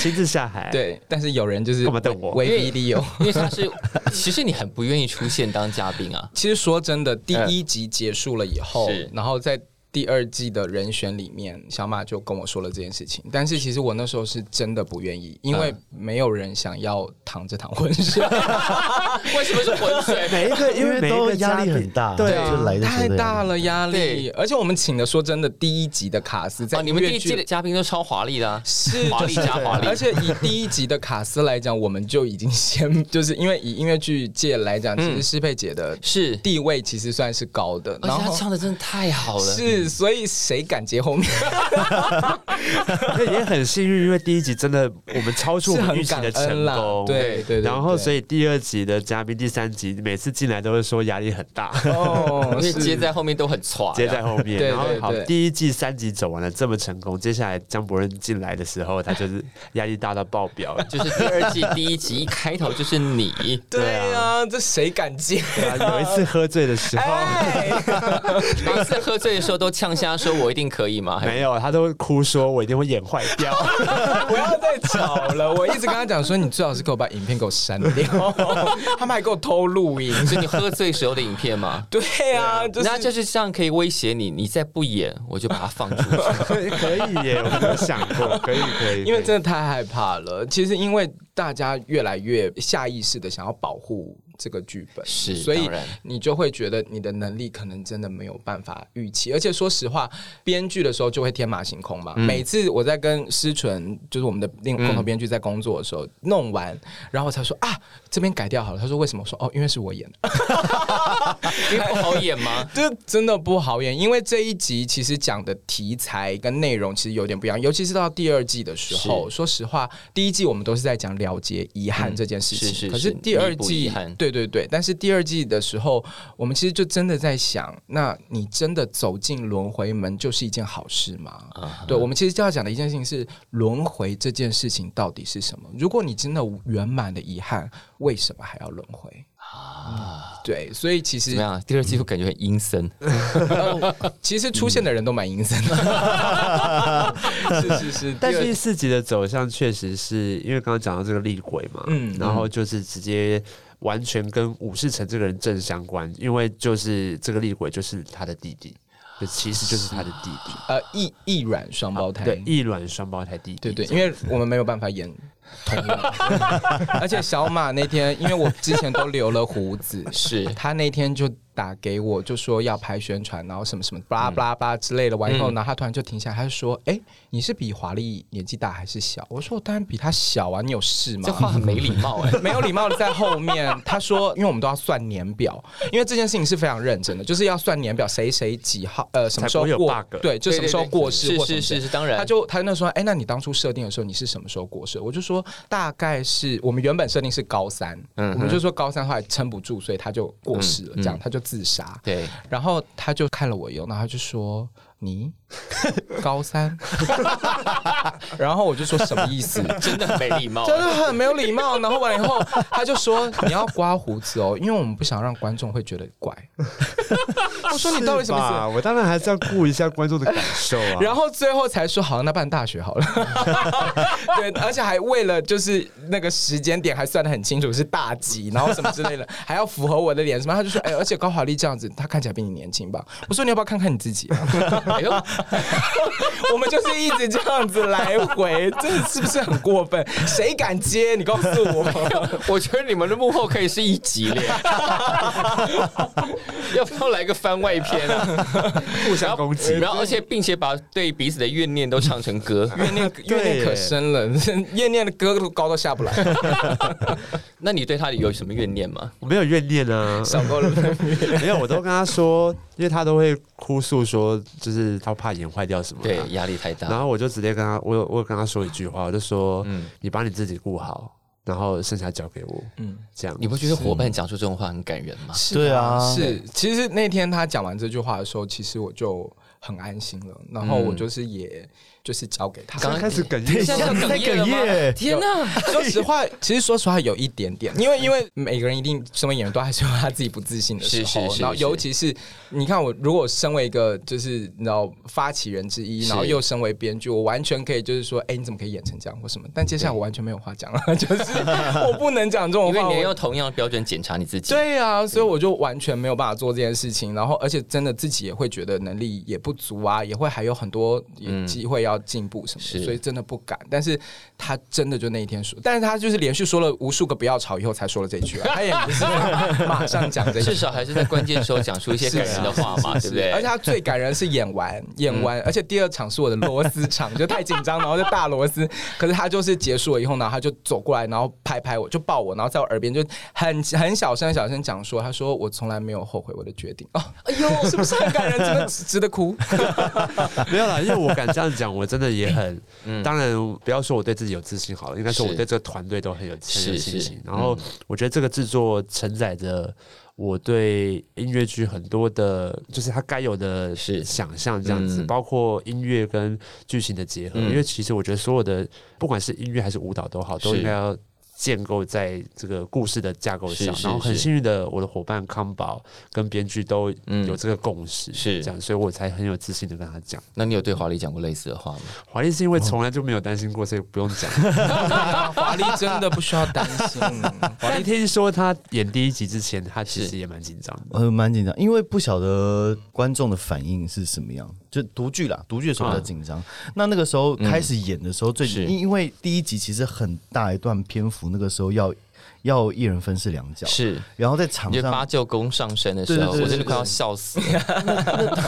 亲自下哎海。，对，但是有人就是干嘛瞪我威逼利诱。因为他是，其实你很不愿意出现当嘉宾 (laughs) 啊， (laughs) 其实说真的，第一集结束了以后，嗯是然后在第二季的人选里面，小马就跟我说了这件事情。但是其实我那时候是真的不愿意，因为嗯没有人想要淌这趟 (laughs) 浑水，为什么是浑水？每一个因因为为每一都个压嘉力宾很大，对就啊，来的时候太都大压力。了压力。对而且我们请的，说真的，第一集的卡斯在啊，你们第一音乐剧季的嘉宾都超华丽的、啊，是华丽加华丽 (laughs) 而且以第一集的卡斯来讲，我们就已经先就是因为以音乐剧界来讲，其嗯实适配姐的是，地位其实算是高的，而然且他后唱的真的太好了，是，所以谁敢接后面？ (laughs) 那也很幸运，因为第一集真的我们超出我是们很预期感的恩成啦功，，对对对。然后，所以以第二集的嘉宾、第三集每次进来都会说压力很大，哦 (laughs) 因为接是在后面都很垮， (laughs) 接在后 (laughs) 面。对然后对好对，第一季三集走完了这么成功，接下来江博仁进来的时候，他就是压力大到爆 (laughs) 表。就是第二季第一集一开头就是你，对啊，这谁敢 (laughs) 接？对啊，有一次喝醉的 (laughs) 时候，哎， (laughs) 每次喝醉的时候都呛瞎说我一定可以吗？没有，他都哭说我一定会演坏 (laughs) 掉。不要再吵了！我一直跟他讲说，你最好是给我把影片给我删 (laughs) 掉。他们还给我偷录音。是你喝醉时候的影片吗？对啊，就是那就是这样可以威胁你，你再不演我就把它放出去。可以可以耶，我没有想过，可以可以，因为可以真的太害怕了。其实因为大家越来越下意识的想要保护这个剧本，是所以当然你就会觉得你的能力可能真的没有办法预期。而且说实话，编剧的时候就会天马行空嗯嘛。每次我在跟思纯，就是我们的另共同编剧在工作的时候，弄完，然后我才说啊，这边改掉好了。他说为什么？我说哦，因为是我演的。因为不好演吗？这真的不好演，因为这一集其实讲的题材跟内容其实有点不一样，尤其是到第二季的时候。说实话，第一季我们都是在讲了结遗憾这件事嗯情，是是可是是第二弥补遗季憾，对对对，但是第二季的时候，我们其实就真的在想，那你真的走进轮回门就是一件好事吗？啊对，我们其实就要讲的一件事情是轮回这件事情到底是什么？如果你真的圆满的遗憾，为什么还要轮回？嗯啊，对，所以其实 (laughs) 怎么样？第二季我感觉很阴 (laughs) 森，其实出现的人都蛮阴森的，嗯是是 (laughs) 是，但第是二第四集的走向确实是因为刚刚讲到这个厉鬼嘛，嗯然后就是直接完全跟武士成这个人正相关，因为就是这个厉鬼就是他的弟弟，就其实就是他的弟弟，呃异异卵双胞啊胎，对，异卵双胞胎弟弟，对对，因为我们没有办法演 (laughs) 同卵，而且小马那天，因为我之前都留了胡子，是他那天就打给我，就说要拍宣传，然后什么什么巴拉巴嗯拉巴拉之类的。完以后，然后他突然就停下来，他就说：“哎，你是比华丽年纪大还是小？”我说：“我当然比他小啊，你有事吗？” (laughs) 这话很没礼貌 (laughs) 哎、 (laughs) 没有礼貌的在后面。他说，因为我们都要算年表，因为这件事情是非常认真的，就是要算年表，谁谁几号，呃，什么时候才不会有过， bug 对，就什么时候过世对或对什对么是之类是的是，当然，他就他就说，哎、那你当初设定的时候，你是什么时候过世？我就说，大概是我们原本设定是高三，嗯哼我们就说高三后来撑不住，所以他就过世了，这样、他就自杀。对，然后他就看了我一眼，然后他就说：“你高三？” (laughs) 然后我就说：“什么意思？”真的很没礼貌、啊真的很没有礼貌。然后完了以后，他就说你要刮胡子哦，因为我们不想让观众会觉得怪。啊我说你到底什么是意吧？我当然还是要顾一下观众的感受啊思？。然后最后才说好，那办大学好 (laughs) 了。对，而且还为了就是那个时间点还算得很清楚，是大几，然后什么之类的， (laughs) 还要符合我的脸什么。他就说，哎、而且高华丽这样子，她看起来比你年轻吧？我说你要不要看看你自己、啊？ (laughs) 哎呦， (laughs) 我们就是一直这样子来回，这是不是很过分？谁敢接？你告诉我。 (laughs) 我觉得你们的幕后可以是一集 (laughs) 嘞，要不要来个番外篇 (laughs) 啊？互相攻击然后而且并且把对彼此的怨念都唱成 (laughs) 歌。怨念怨念可深了， (laughs) 怨念的歌都高都下不来， (laughs) 那你对他有什么怨念吗？ (laughs) 我没有怨念啊，少够 (laughs) 了。没有，我都跟他说，因为他都会哭诉说，就是他怕演坏掉什么的。对，压力太然大。后我就直接跟他，我有我有跟他说一句话，我就说，你把你自己顾好，然后剩下交给我，嗯，这样你不觉得伙伴讲出这种话很感人吗？是对啊是。其实那天他讲完这句话的时候，其实我就很安心了。然后我就是也就是交给他。 (laughs) 刚开始哽等咽一现下在要哽咽了吗在哽咽天哪、说实话，其实说实话有一点点，因为因为每个人一定身为演员都还是有他自己不自信的时候，是是是然后尤其是你看我，如果身为一个就是你知道发起人之一，是然后又身为编剧，我完全可以就是说，哎、你怎么可以演成这样或什么？但接下来我完全没有话讲了， (laughs) 就是我不能讲这种因为话，你要我用同样的标准检查你自己。对啊，所以我就完全没有办法做这件事情，然后而且真的自己也会觉得能力也不足啊，也会还有很多也机会要进步什么的，嗯是所以真的不敢。但是他真的就那一天说，但是他就是连续说了无数个不要吵以后才说了这一句、啊，他也不是马上讲这一句至。少还是在关键时候讲出 (laughs) 一些啊感人的话嘛，对不嗯对？而且他最感人是演完，演完，而且第二场是我的螺丝场，就太紧张，然后就大螺丝。 (laughs) 可是他就是结束了以后，然后他就走过来，然后拍拍我，就抱我，然后在我耳边就很很小声、很小声讲说：“他说我从来没有后悔我的决定。”哦，哎 (laughs) 呦，是不是很感人？真的值值 (laughs) 得哭。 (laughs) 没有啦，因为我敢这样讲，我真的也很，当然不要说我对自己有自信好了，应该嗯说是我对这个团队都很有很有是信是嗯心。然后我觉得这个制作承载着我对音乐剧很多的，就是它该有的是想象这样子，嗯包括音乐跟剧情的结合。嗯因为其实我觉得所有的，不管是音乐还是舞蹈都好，都是应该要。建构在这个故事的架构是上，是然后很是幸运的，我的伙伴康宝跟编剧都嗯有这个共识，是这样，所以我才很有自信的跟他讲。那你有对华丽讲过类似的话吗？怀疑是因为从来就没有担心过，所以不用讲。华丽真的不需要担心，华但丽听说他演第一集之前，他其实也蛮紧张的。呃，蛮紧张，因为不晓得观众的反应是什么样。就读剧啦，读剧的时候比啊较紧张。那那个时候开始演的时候最，是因因为第一集其实很大一段篇幅，那个时候要要一人分饰两角，是，然后在场就 (laughs) 八上舅公上身的时候，对对对我真的快要笑死 (laughs) 了。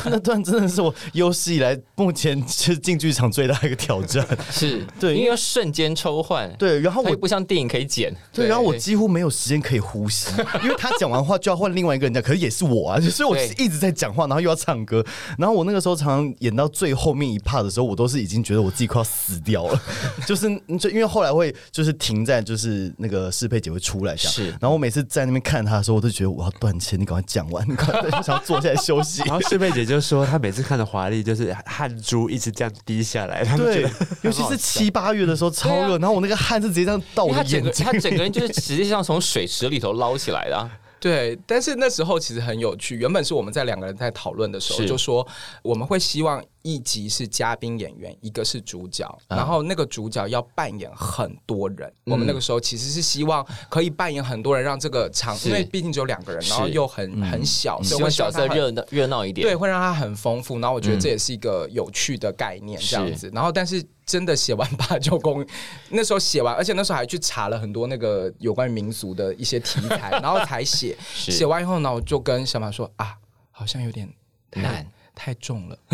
那段真的是我有史以来目前是进剧场最大一个挑 (laughs) 战。是，对因因为为要瞬间抽换，，对，然后它我又不像电影可以剪。对，然后我几乎没有时间可以呼吸， (laughs) 因为他讲完话就要换另外一个人讲，可是也是我啊， (laughs) 所以我对一直在讲话，然后又要唱歌，然后我那个时候常常演到最后面一 part 的时候，我都是已经觉得我自己快要死掉了， (laughs) 就是就因为后来会就是停在就是那个适配姐会出来这样，是然后我每次在那边看她的时候，我都觉得我要断气，你赶快讲完，你赶快 (laughs) 就想要坐下来休息。然后世贝姐就说，她每次看着华丽，就是汗珠一直这样滴下来。她们觉对得， (laughs) 尤其是七八月的时候超对热，啊然后我那个汗是直接这样到因我为他的整眼个睛他整个人就是实际上从水池里头捞起来 (laughs) 的、啊，对，但是那时候其实很有趣。原本是我们在两个人在讨论的时候，是就说我们会希望一集是嘉宾演员，一个是主角，啊然后那个主角要扮演很多人。我们那嗯个时候其实是希望可以扮演很多人，让这个场，是因为毕竟只有两个人，是嗯然后又很、很小，所以希我望希角望色他很热闹热闹一点。嗯对，，会让它很丰富。然后我觉得这也是一个有趣的概念，这样子。然后，但是真的写完八九公， (laughs) 那时候写完，而且那时候还去查了很多那个有关于民俗的一些题材， (laughs) 然后才写。写完以后呢，我就跟小马说啊，好像有点太难。太重了， (laughs)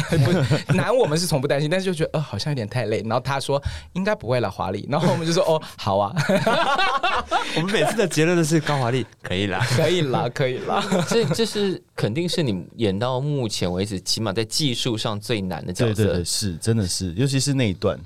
不难我们是从不担心，但是就觉得呃好像有点太累。然后他说应该不会了，华丽。然后我们就说哦好啊， (laughs) 我们每次的结论都是高华丽可以啦。可以了，可以了。这这是肯定是你演到目前为止，起码在技术上最难的角对色。对对，是真的是，尤其是那一段，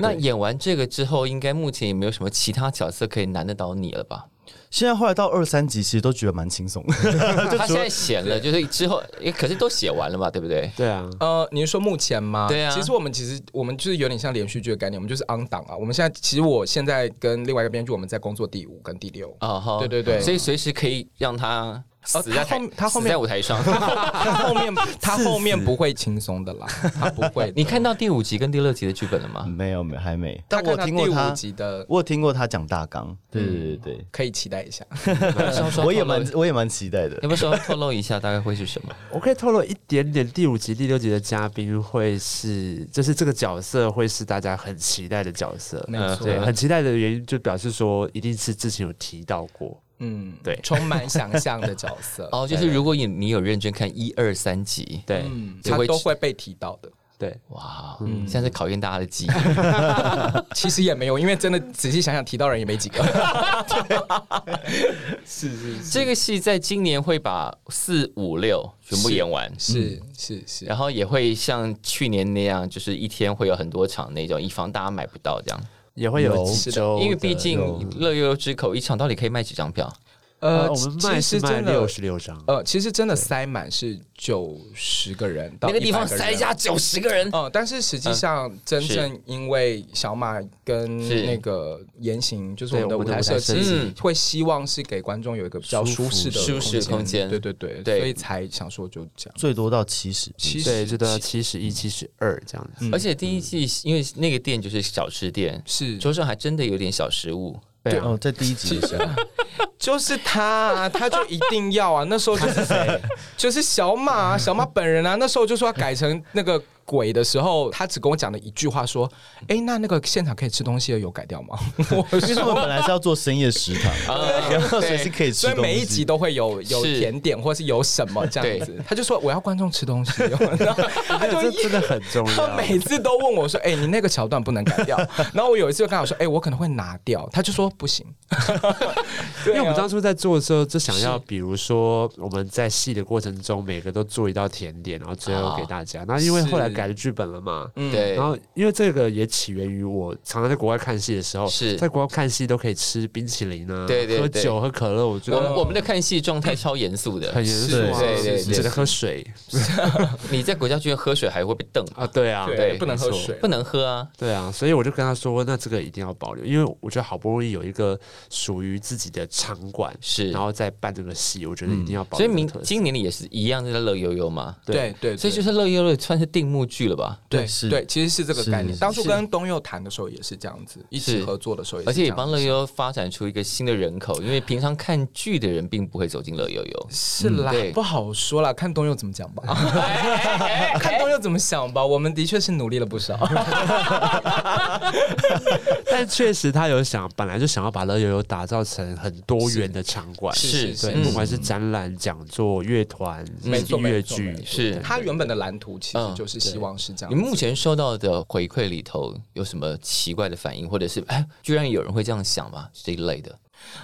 那演完这个之后，应该目前也没有什么其他角色可以难得倒你了吧？现在后来到二三集，其实都觉得蛮轻松的。 (laughs) 他现在写了，就是之后，诶可是都写完了嘛，对不对？对啊，呃，你是说目前吗？对啊其实我们其实我们就是有点像连续剧的概念，我们就是 on 档啊。我们现在其实我现在跟另外一个编剧，我们在工作第五跟第六。啊哈对对对所以随时可以让哦他死在台，他后他后面死在舞台上。 (laughs) 他后面他后面不会轻松的啦，他不会 (laughs) 的。你看到第五集跟第六集的剧本了 (laughs) 吗？ (laughs) 没有没有还没，他但我看到听过第五他，集嗯的，我有听过他讲大纲。对对对可以期待一下。对，我也蛮我也蛮期待的要。不要稍微透露一下大概会是什么？我可以透露一点点，第五集、第六集的嘉宾会是，就是这个角色会是大家很期待的角色。没错对，很期待的原因就表示说，一定是之前有提到过。嗯，对充满想象的角色， (laughs) (laughs) 哦，就是如果你你有认真看一二三集，对、嗯，就他会都会被提到的。对，哇，现在在考验大家的记忆。 (laughs) 其实也没有，因为真的仔细想想，提到人也没几个。这个戏在今年会把四五六全部演完，是是是，啊然后也会像去年那样，就是一天会有很多场那种，以防大家买不到这样。也会有几周的，因为毕竟《乐悠悠之口》一场到底可以卖几张票？呃，呃，我其们其卖是实卖真六的，十六张，呃，其实真的塞满是九十个人到那个地方100人塞下九十个人，哦、但是实际上，真正因为小马跟是那个言行，就是我对们的我舞们的台舞设台设计计，嗯会希望是给观众有一个比较舒舒服适的舒适空间对对对，对所以才想说就这样。最多到七十。其实对，就到七十一、七十二这样子。嗯而且第一季因为那个店就是小吃店，是桌上还真的有点小食物，对啊，哦，在第一集的时候，就是他、啊，他就一定要啊！那时候就是 (laughs) 谁，就是小马、啊，小马本人啊。那时候就说要改成那个鬼的时候，他只跟我讲了一句话，说：“哎、那那个现场可以吃东西的有改掉吗？” (laughs) 我其实我说。本来是要做深夜食堂， (laughs) 然后随时可以吃啊所东以西。每一集都会有有是甜点，或是有什么这样子。他就说我要观众吃东西，然后他就这真的很重他要。每次都问我说：“哎、你那个桥段不能 (laughs) 改掉。”然后我有一次就跟他说：“哎、我可能会拿掉。”他就说：“ (laughs) 不行。因对啊”为我们当初在做的时候，就想要，比如说我们在戏的过程中，每个都做一道甜点，然后最啊后给大家。那因为后来是改了剧本了嘛，嗯对然，后因为这个也起源于我常常在国外看戏的时候，是在国外看戏都可以吃冰淇淋啊，对对喝对酒、喝可乐，我觉我得们我们的看戏状态超严肃的很，严肃啊，对对对只能喝水你在国家剧院喝水还会被瞪，啊，对啊，对，对不能喝没错水。不能喝啊，对啊，所以我就跟他说，那这个一定要保留，因为我觉得好不容易有一个属于自己的场馆，是然。后再办这个戏，我觉得一定要保所以嗯留这个明特色。今年里也是一样在乐悠悠嘛，对对，所以对就是乐悠悠算是定目剧了吧，对对是对，其实是这个概念。是当初跟东佑谈的时候也是这样子，一起合作的时候也而是且这也样子，帮乐悠悠发展出一个新的人口，因为平常看剧的人并不会走进乐悠悠。是啦嗯对，不好说啦，看东佑怎 (laughs) 么讲吧， (laughs) 看东佑怎么想吧。我们的确是努力了不少，但确实他有想，本来就想要把乐悠悠打造成很多元的场 (laughs) 馆，是对，嗯不管是展览、讲座、乐团、没错乐没错没剧错，是嗯对他原本的蓝图其实就是希望是这你样。目前收到的回馈里头有什么奇怪的反应，或者是哎，居然有人会这样想吗？这一类的，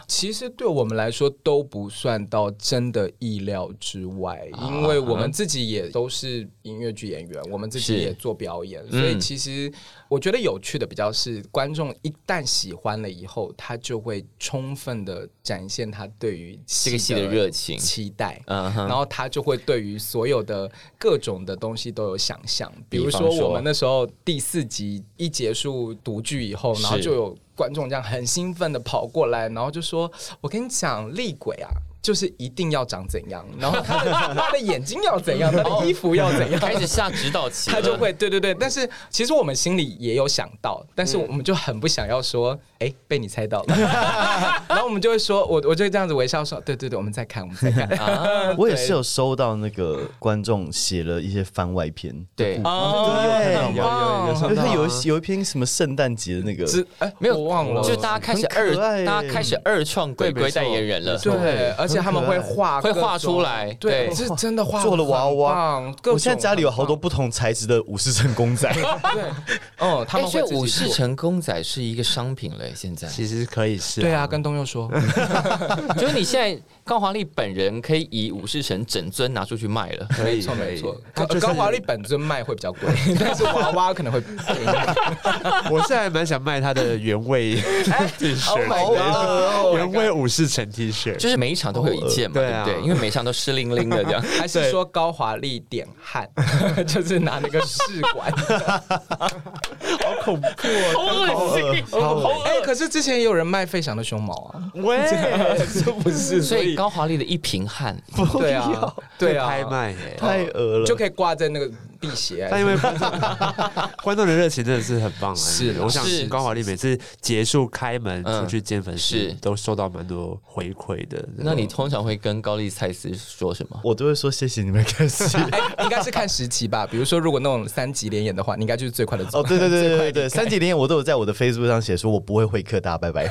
其实对我们来说都不算到真的意料之外，啊因为我们自己也都是音乐剧演员，我们自己是也做表演，所以嗯其实我觉得有趣的比较是观众一旦喜欢了以后，他就会充分的展现他对于这个戏的热情，期待。嗯然哼，后他就会对于所有的各种的东西都有想象，比如比方说说我们那时候第四集一结束读剧以后，是然后就有观众这样很兴奋的跑过来，然后就说：“我跟你讲，厉鬼啊，就是一定要长怎样，然后他的他的眼睛要怎样，他的衣服要怎样。”开始下指导 (laughs) 棋了，他就会对对对，但是其实我们心里也有想到，但是我们就很不想要说，哎、被你猜到了， (laughs) 然后我们就会说，我我就会这样子微笑说，对对对，我们再看，我们再看，我也是有收到那个观众写了一些番外篇，对，哦哦对，有有有因上为到他啊有一有一篇什么圣诞节的那个，只哎、没有我忘了，就大家开始很二，可爱耶大家开始二创鬼对鬼没错代言人了，对，而且他们会画会各种，画出来对，对是真的画做了娃娃很棒。各种我现在家里有好多不同材质的武士城公 (laughs) 仔，很棒，对，哦，他哎们所会以自己武士做城公仔是一个商品嘞，现在其实可以是、对啊，跟东佑说，就是你现在高华丽本人可以以武士城整尊拿出去卖了。可以，啊没错可以没错，他高就是高华丽本尊卖会比较贵，但是娃娃可能会便宜。我现在蛮想卖他的原 (laughs) 味 T 恤哎，Oh my god，原味武士城 T 恤，就是每一场都会有一件嘛，对对啊不对？因为每一场都湿淋淋的 (laughs) 这样。还是说高华丽点汗，就是拿那个试管。好恐怖哦！哎、可是之前也有人卖费翔的胸毛啊，喂，是不是？所以高华丽的一瓶汗，对啊，对啊，拍卖欸耶。太恶了，就可以挂在那个辟邪啊。但因为 (laughs) 观众观众的热情真的是很棒啊！是我想是高华丽每次结束开门嗯出去见粉是丝，都收到蛮多回馈的。那你通常会跟高丽蔡司说什 (laughs) 么？我都会说谢谢你们开始。哎、应该是看时期吧。比如说，如果那种三级连演的话，你应该就是最快的组哦，对对对对对最快对，离开三级连我都有在我的 Facebook 上写，说我不会会客，大家拜拜，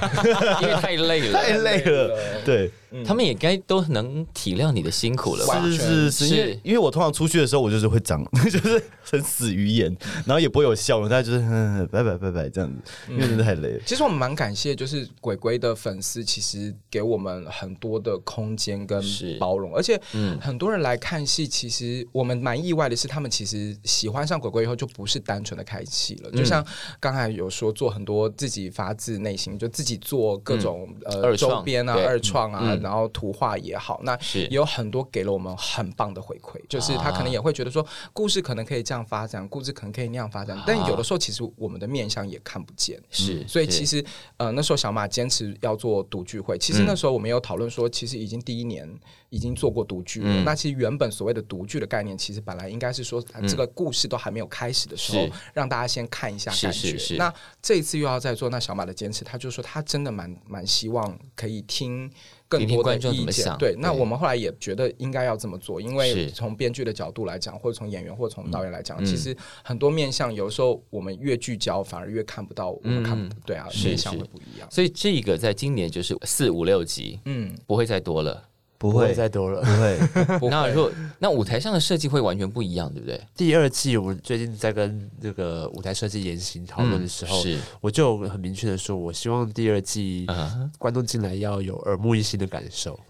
因为太累了，太累了。对，他们也该都能体谅你的辛苦了吧？是是是，因是为因为我通常出去的时候，我就是会长， (laughs) 就是很死鱼眼，然后也不会有笑容，大家就是嗯拜拜拜拜这样子，因为真的太累了。其实我们蛮感谢，就是鬼鬼的粉丝，其实给我们很多的空间跟是嗯包容，而且很多人来看戏，其实我们蛮意外的是，他们其实喜欢上鬼鬼以后，就不是单纯的看戏嗯了。就像刚才有说，做很多自己发自内心，就自己做各种、呃嗯二创周边啊、对嗯二创啊，然后图画也好，那是啊也有很多给了我们很棒的回馈，就是他可能也会觉得说，故事可能可以这样发展，故事可能可以那样发展，但有的时候其实我们的面向也看不见。是，所以其实实，呃，那时候小马坚持要做读聚会。其实嗯那时候我们有讨论说，其实已经第一年已经做过读剧嗯了。那其实原本所谓的读剧的概念，其实本来应该是说，呃这个故事都还没有开始的时候嗯是，让大家先看一下是感是觉是。那这一次又要再做，那小马的坚持，他就说他真的蛮蛮希望可以听。更聆听多的观众怎意么见想，对，那对我们后来也觉得应该要这么做，因是嗯为从编剧的角度来讲，或者从演员或者从导演来讲，其实很多面向，有时候我们越聚焦，反而越看不到我们看不对啊，是面向是会不一样。所以这个在今年就是四五六集，嗯，不会再多了。不不会会再多了 (laughs) 不。会，不那会如果那舞台上的设计会完全不一样，对不对？第二季我最近在跟这个舞台设计言行讨论的时候，是我就很明确的说，我希望第二季啊，观众进来要有耳目一新的感受。 (laughs)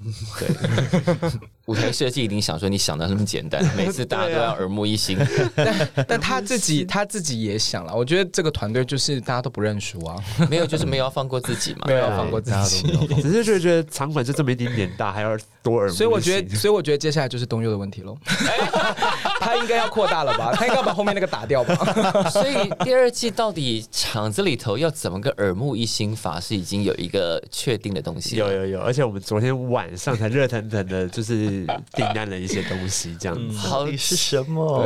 舞台设计一定想说你想的那么简单，每次大家都要耳目一新。 (laughs) 但他自己他自己也想了，我觉得这个团队就是大家都不认输 (laughs) 啊，没有，就是没有要放过自己嘛。 (laughs) 没有对放过自大家都没有己。放过只是就觉得场馆就这么一点点大，还要多耳目一新。所以我 (laughs) 觉得，所以我觉得接下来就是东佑的问题 (laughs) 喽。他应该要扩大了 (laughs) 吧？他应该把后面那个打掉 (laughs) 吧？所以第二季到底场子里头要怎么个耳目一新法，是已经有一个确定的东西了。有有有，而且我们昨天晚上才热腾腾的，就是订单了一些东西，这样子。好到底是什么？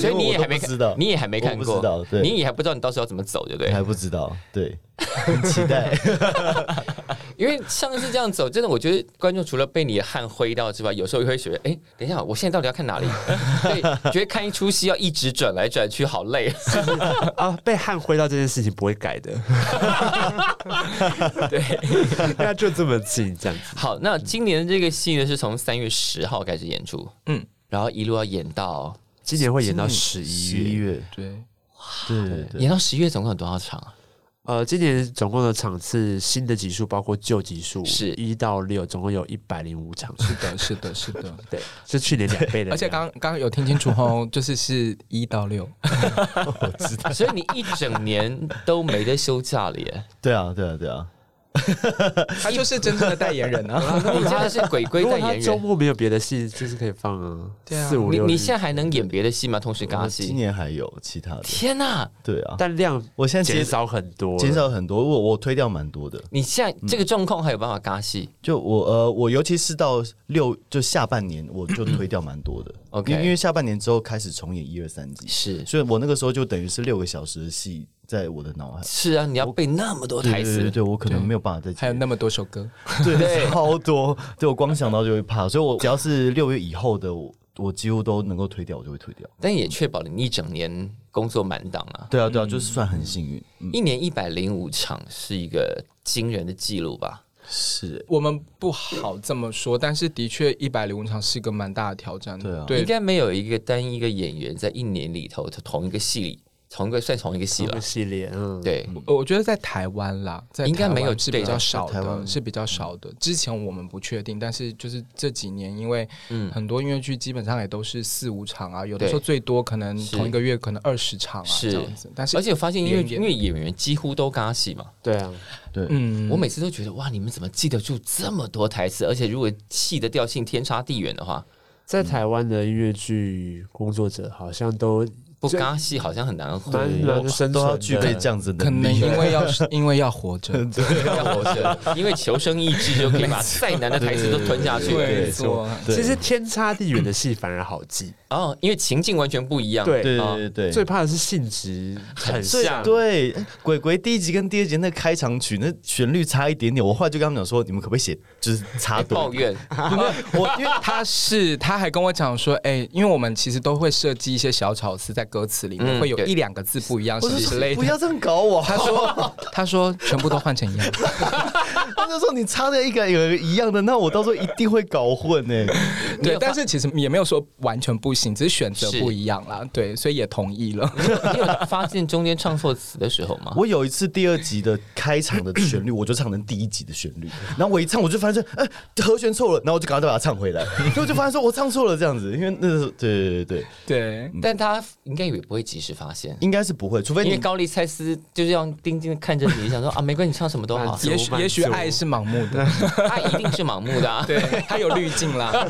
所以你也因为我还都没不知道，你也还没看我不过知道，，对，你也还不知道你到时候要怎么走，对不对？还不知道，对，很期待。因为上次这样走，真的，我觉得观众除了被你的汗挥到之外，有时候也会觉得，哎、等一下，我现在到底要 (laughs) 看哪里？对，觉得看一出戏要一直转来转去，好累。 (laughs) 啊，被汗挥到这件事情不会改的。对， (laughs) 那就这么近这样子。好，那今年这个戏呢，是从三月十号开始演出，嗯嗯，然后一路要演到今年会演到十一十一月，月，对，对对对，演到十月，总共有多少场啊？呃，今年总共的场次，新的集数包括旧集数是一到六，总共有一百零五场，是的，是的，是的。对，是去年两倍的量。而且刚刚有听清楚哦，就是是一到 (laughs) 六，我知道。啊所以你一整年都没得休假了 (laughs) 耶！对啊，对啊，对啊，他就是真正的代言人 (laughs) 啊。你真的是鬼鬼如代果他言周人。末没有别的戏，就是可以放啊，对啊四五你六日。你现在还能演别的戏吗？同时尬我今戏？年还有其他的，天哪、对啊，但量我现在减减少很多，减少很多，我我推掉蛮多的。你现在这个状况还有办法尬戏？就我呃，我尤其是到六就下半年，我就推掉蛮多的。 OK 因为因为下半年之后开始重演一二三季，是所以我那个时候就等于是六个小时的戏在我的脑海。是啊，你要背那么多对台对词对，对，我可能没有办法再还有接那么多首歌，对超多，对我光想到就会怕，所以我只要是六月以后的，我我几乎都能够推掉，我就会推掉。但也确保了你一整年工作满档啊。对啊，对啊，就是算很幸运，嗯，一年一百零五场是一个惊人的记录吧？是我们不好这么说，但是的确一百零五场是一个蛮大的挑战。对啊应对，该没有一个单一个演员在一年里头，他同一个戏里，同一个算同一个戏一了个。系列，嗯，对，呃我觉得在台湾啦，在应该台湾没有啊是对比较少在台湾的，是比较少的。之前我们不确定，但是就是这几年，因为很多音乐剧基本上也都是四五场啊，有的时候嗯对最多可能是同一个月可能二十场啊是这样子。但是而且我发现音乐连演因为演员几乎都尬戏嘛，对啊，对，嗯，我每次都觉得哇，你们怎么记得住这么多台词？而且如果戏的调性天差地远的话，在台湾的音乐剧工作者好像都不这尬戏好像很难活蛮蛮生存都要的具备这样子的可嗯能能力因。为要因为要活 (laughs) 着，要活着，因为求生意志就可以把再难的台词都吞 (laughs) 下去。没错错，对其实天差地远的戏反而好记，哦，因为情境完全不一样。对对啊对对最对。怕的是性质很最像，对鬼鬼第一集跟第二集那个开场曲，那旋律差一点点，我后来就跟他们讲说，你们可不可以写就是差哎还多抱一点？怨，我因为他是，他还跟我讲说，哎、因为我们其实都会设计一些小巧思在歌词里面，嗯会有对一两个字不一样我就之说类不的。要这样搞我， (laughs) 他说，他说全部都换成一样。他就说你插的一个有一样的，那我到时候一定会搞混欸呢、没对有，但是其实也没有说完全不行，只是选择是不一样啦。对，所以也同意 (laughs) 了。你有发现中间唱错词的时候吗？我有一次第二集的开场的旋律，我就唱成第一集的旋律，然后我一唱我就发现，哎、和弦错了，然后我就赶快 (laughs) 再把它唱回来，然后我就发现说我唱错了这样子，因为那时候对对对对，对，但他你应该也不会及时发现。应该是不会，除非因为你高丽蔡斯就是要定睛的看着你，想说啊，没关系，你唱什么都好 (laughs) 满，足也许满也许足爱是盲目的， (laughs) 他一定是盲目的、啊。 (laughs) 对，它有滤 (laughs) 镜啦，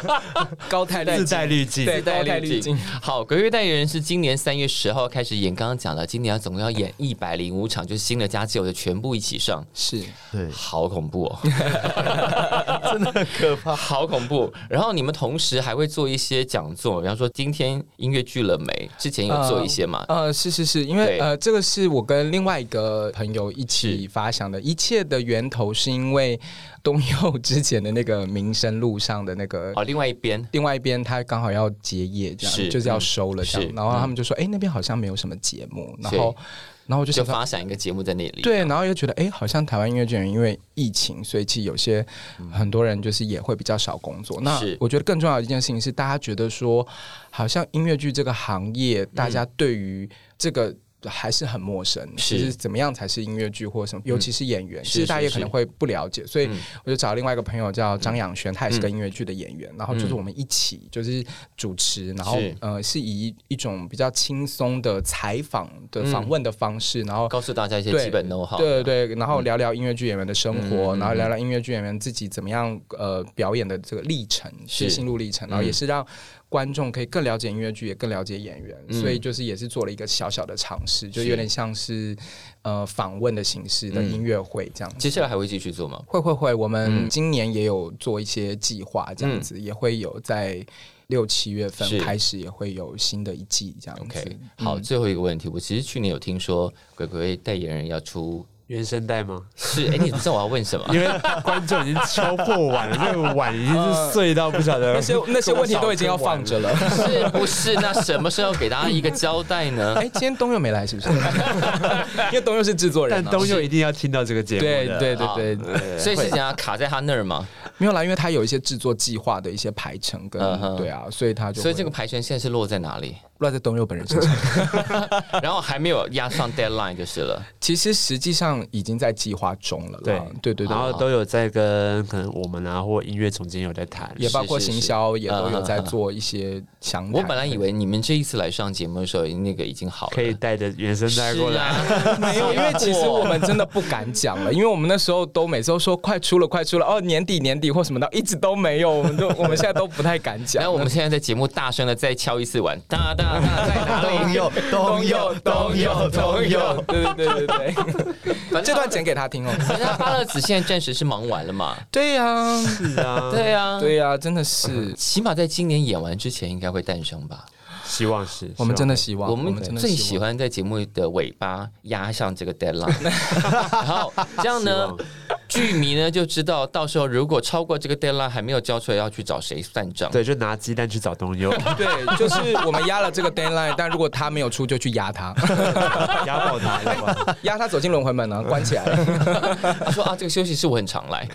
高泰滤镜，自带滤镜对，自带高泰滤镜。。好，《鬼月代言人》是今年三月十号开始演，刚刚讲了，今年要总共要演一百零五场，就是新的加旧的全部一起上，是对，好恐怖哦，真的很可怕。好恐怖！然后你们同时还会做一些讲座，比方说今天音乐剧了没？之前有做一些嘛？呃，是是是，因对为呃，这个是我跟另外一个朋友一起是发想的，一切的源头是因为 (laughs) 东佑之前的那个民生路上的那个好，另外一边另外一边他刚好要结业，这样哦是就是要收了这嗯样，是然后他们就说，哎、那边好像没有什么节目，然所以后，然后我就就想说。发展一个节目在那里。对，然后又觉得，哎，好像台湾音乐剧人因为疫情，所以其实有些很多人就是也会比较少工作。那嗯是我觉得更重要的一件事情是，大家觉得说，好像音乐剧这个行业，大家对于这个。还是很陌生，嗯是就是怎么样才是音乐剧或者什么，尤其是演员，是其实大家是也可能是会不了解，所以嗯我就找另外一个朋友叫张养轩，他也是个音乐剧的演员，然后就是我们一起就是主持，然后嗯是呃是以一种比较轻松的采访的嗯访问的方式，然后告诉大家一些对基本 know how。对对对，然后聊聊音乐剧演员的生嗯活，嗯然后聊聊音乐剧演员自己怎么样呃表演的这个历程，是嗯是心路历程，然后也是让观众可以更了解音乐剧，也更了解演员，嗯所以就是也是做了一个小小的尝试，就是有点像是呃访问的形式的嗯音乐会这样子。接下来还会继续做吗？会会会，我嗯们今年也有做一些计划，这样子、也会有在六七月是份开始也会有新的一季这样子。 OK，好，最后一个问题，我其实去年有听说鬼鬼代言人要出，原声带吗？是哎、你知道我要问什么？因为观众已经敲破碗了，那个碗已经是碎到不晓 (laughs) 得那些那些问题都已经要放着了。是不是？那什么时候给大家一个交代呢 (laughs) 哎、？今天东佑没来是不 (laughs) 是？因为东佑是制作人、但啊，东佑一定要听到这个节目对的。啊对对对，对所以是怎样卡在他那儿吗？没有啦，因为他有一些制作计划的一些排程跟、嗯哼对啊，所以他就所以这个个排权现在是落在哪里？落在东佑本人 (laughs) 身上。 (laughs) 然后还没有压上 deadline 就是了。其实实际上已经在计划中了啦，对对对然后对，都有在跟可能我们啊或音乐总监有在谈，也包括是是行销也都有在嗯嗯嗯做一些详谈。我本来以为你们这一次来上节目的时候，那个已经好了，可以带着原声带过是来。 (laughs) 啊， (laughs) 没有，因为其实我们真的不敢讲了，因为我们那时候都每次都说快出了，快出了，哦，年底年底或什么的，一直都没有，我们都我们现在都不太敢讲。然后我们现在在节目大声的再敲一次碗，哒哒哒，在哪东里？佑，东佑，东佑，东佑。，对对对对对，反这正段剪给他听 (laughs) 哦。反正巴勒子现在暂时是忙完了 (laughs) 嘛。对呀、是啊，对啊，对呀、真的是，起码在今年演完之前应该会诞生吧。希望 (laughs) 是。我们真的的希望，我们真的最望喜欢在节目的尾巴压上这个 deadline，然后这样呢希，剧迷呢就知道到时候如果超过这个 deadline 还没有交出来，要去找谁算账。对，就拿鸡蛋去找东佑，对，就是我们压了这个 deadline，但如果他没有出，就去压他， (laughs) 压爆他，压爆他。 (laughs) 压他走进轮回门呢、啊关 (laughs) 起来。 (laughs) 他说啊，这个休息室我很常来，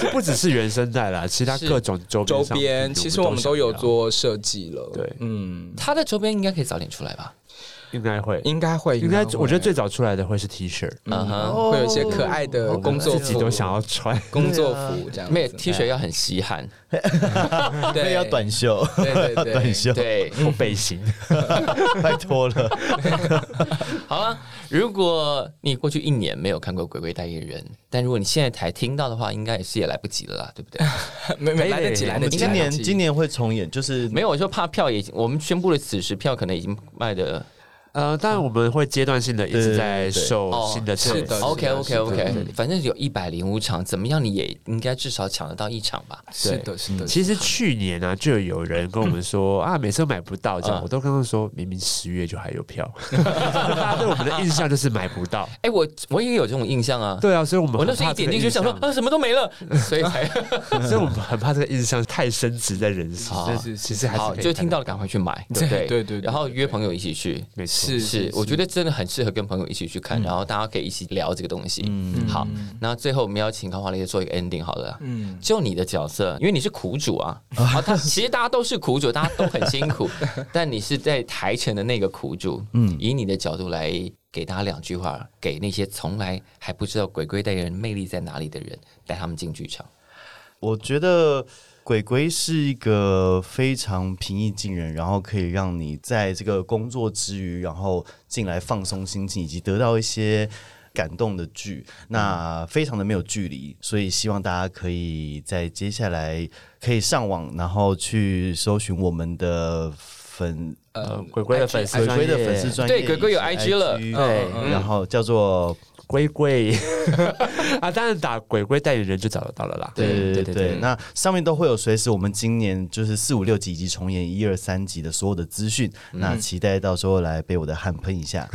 这 (laughs) 不只是原声带啦，其他是各种周周商品边其实我们都有想要，做设计了，对嗯，他的周边应该可以早点出来吧？应该会，应该会，应该会我觉得最早出来的会是 T 恤，嗯哦哼，会有一些可爱的工作自己服，都想要穿。工作服这样子，没有啊 T 恤要很稀罕，那对要短袖，对 (laughs) 对短对，哎袖，对，嗯或背心， (laughs) 拜托了。好了，如果你过去一年没有看过《鬼鬼代言人》，但如果你现在才听到的话，应该也是也来不及了啦，对不 (laughs) 对？没没来得及，可以来我得们及。今来年得及今年会重演，就是没有，我说怕票也已经，我们宣布了此时票可能已经卖的呃，但我们会阶段性的一直在对对对售哦新的产是品，的 OK OK 是的 OK，反正有一百零五场，怎么样你也应该至少抢得到一场吧？是的，是的，其实去年呢、啊，就有人跟我们说、啊，每次都买不到这样，嗯我都跟他们说，明明十月就还有票，大家对我们的印象就是买不到。哎、我我也有这种印象啊。对啊，所以我们我很那时候怕一这点个进去印想说象啊，什么都没了，所以 (laughs) 才 (laughs) 所以我们很怕这个印象太深植在人心。好但是是其实还好是就听到了，赶快去买，对对不对？对对对然后对约朋友一起去，没错，是是，我觉得真的很适合跟朋友一起去看，然后大家可以一起聊这个东西。嗯，好，那最后我们要请高华丽做一个 ending 好了。嗯，就你的角色，因为你是苦主啊， (laughs) 啊，他其实大家都是苦主，大家都很辛 (laughs) 苦，但你是在台前的那个苦主。嗯，以你的角度来给大家两句话，给那些从来还不知道鬼鬼代言人魅力在哪里的人，带他们进剧场。我觉得鬼鬼是一个非常平易近人，然后可以让你在这个工作之余，然后进来放松心情，以及得到一些感动的剧。嗯那非常的没有距离，所以希望大家可以在接下来可以上网，然后去搜寻我们的粉呃，鬼鬼的粉丝鬼专鬼业，的粉丝专业，对鬼鬼有 IG 了对嗯对，然后叫做龟龟啊，当然打鬼龟代言人就找得到了啦。对对对对嗯对对，那上面都会有随时我们今年就是四五六集以及重演一二三集的所有的资讯，那期待到时候来被我的汗喷一下，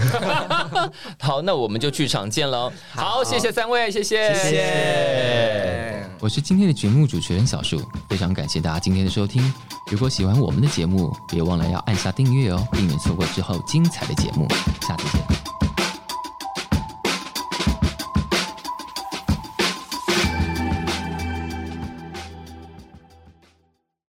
好，那我们就剧场见喽。好，谢谢三位，谢谢，谢哎谢。我是今天的节目主持人小树，非常感谢大家今天的收听。如果喜欢我们的节目，别忘了要按下订阅哦，避免错过之后精彩的节目。下次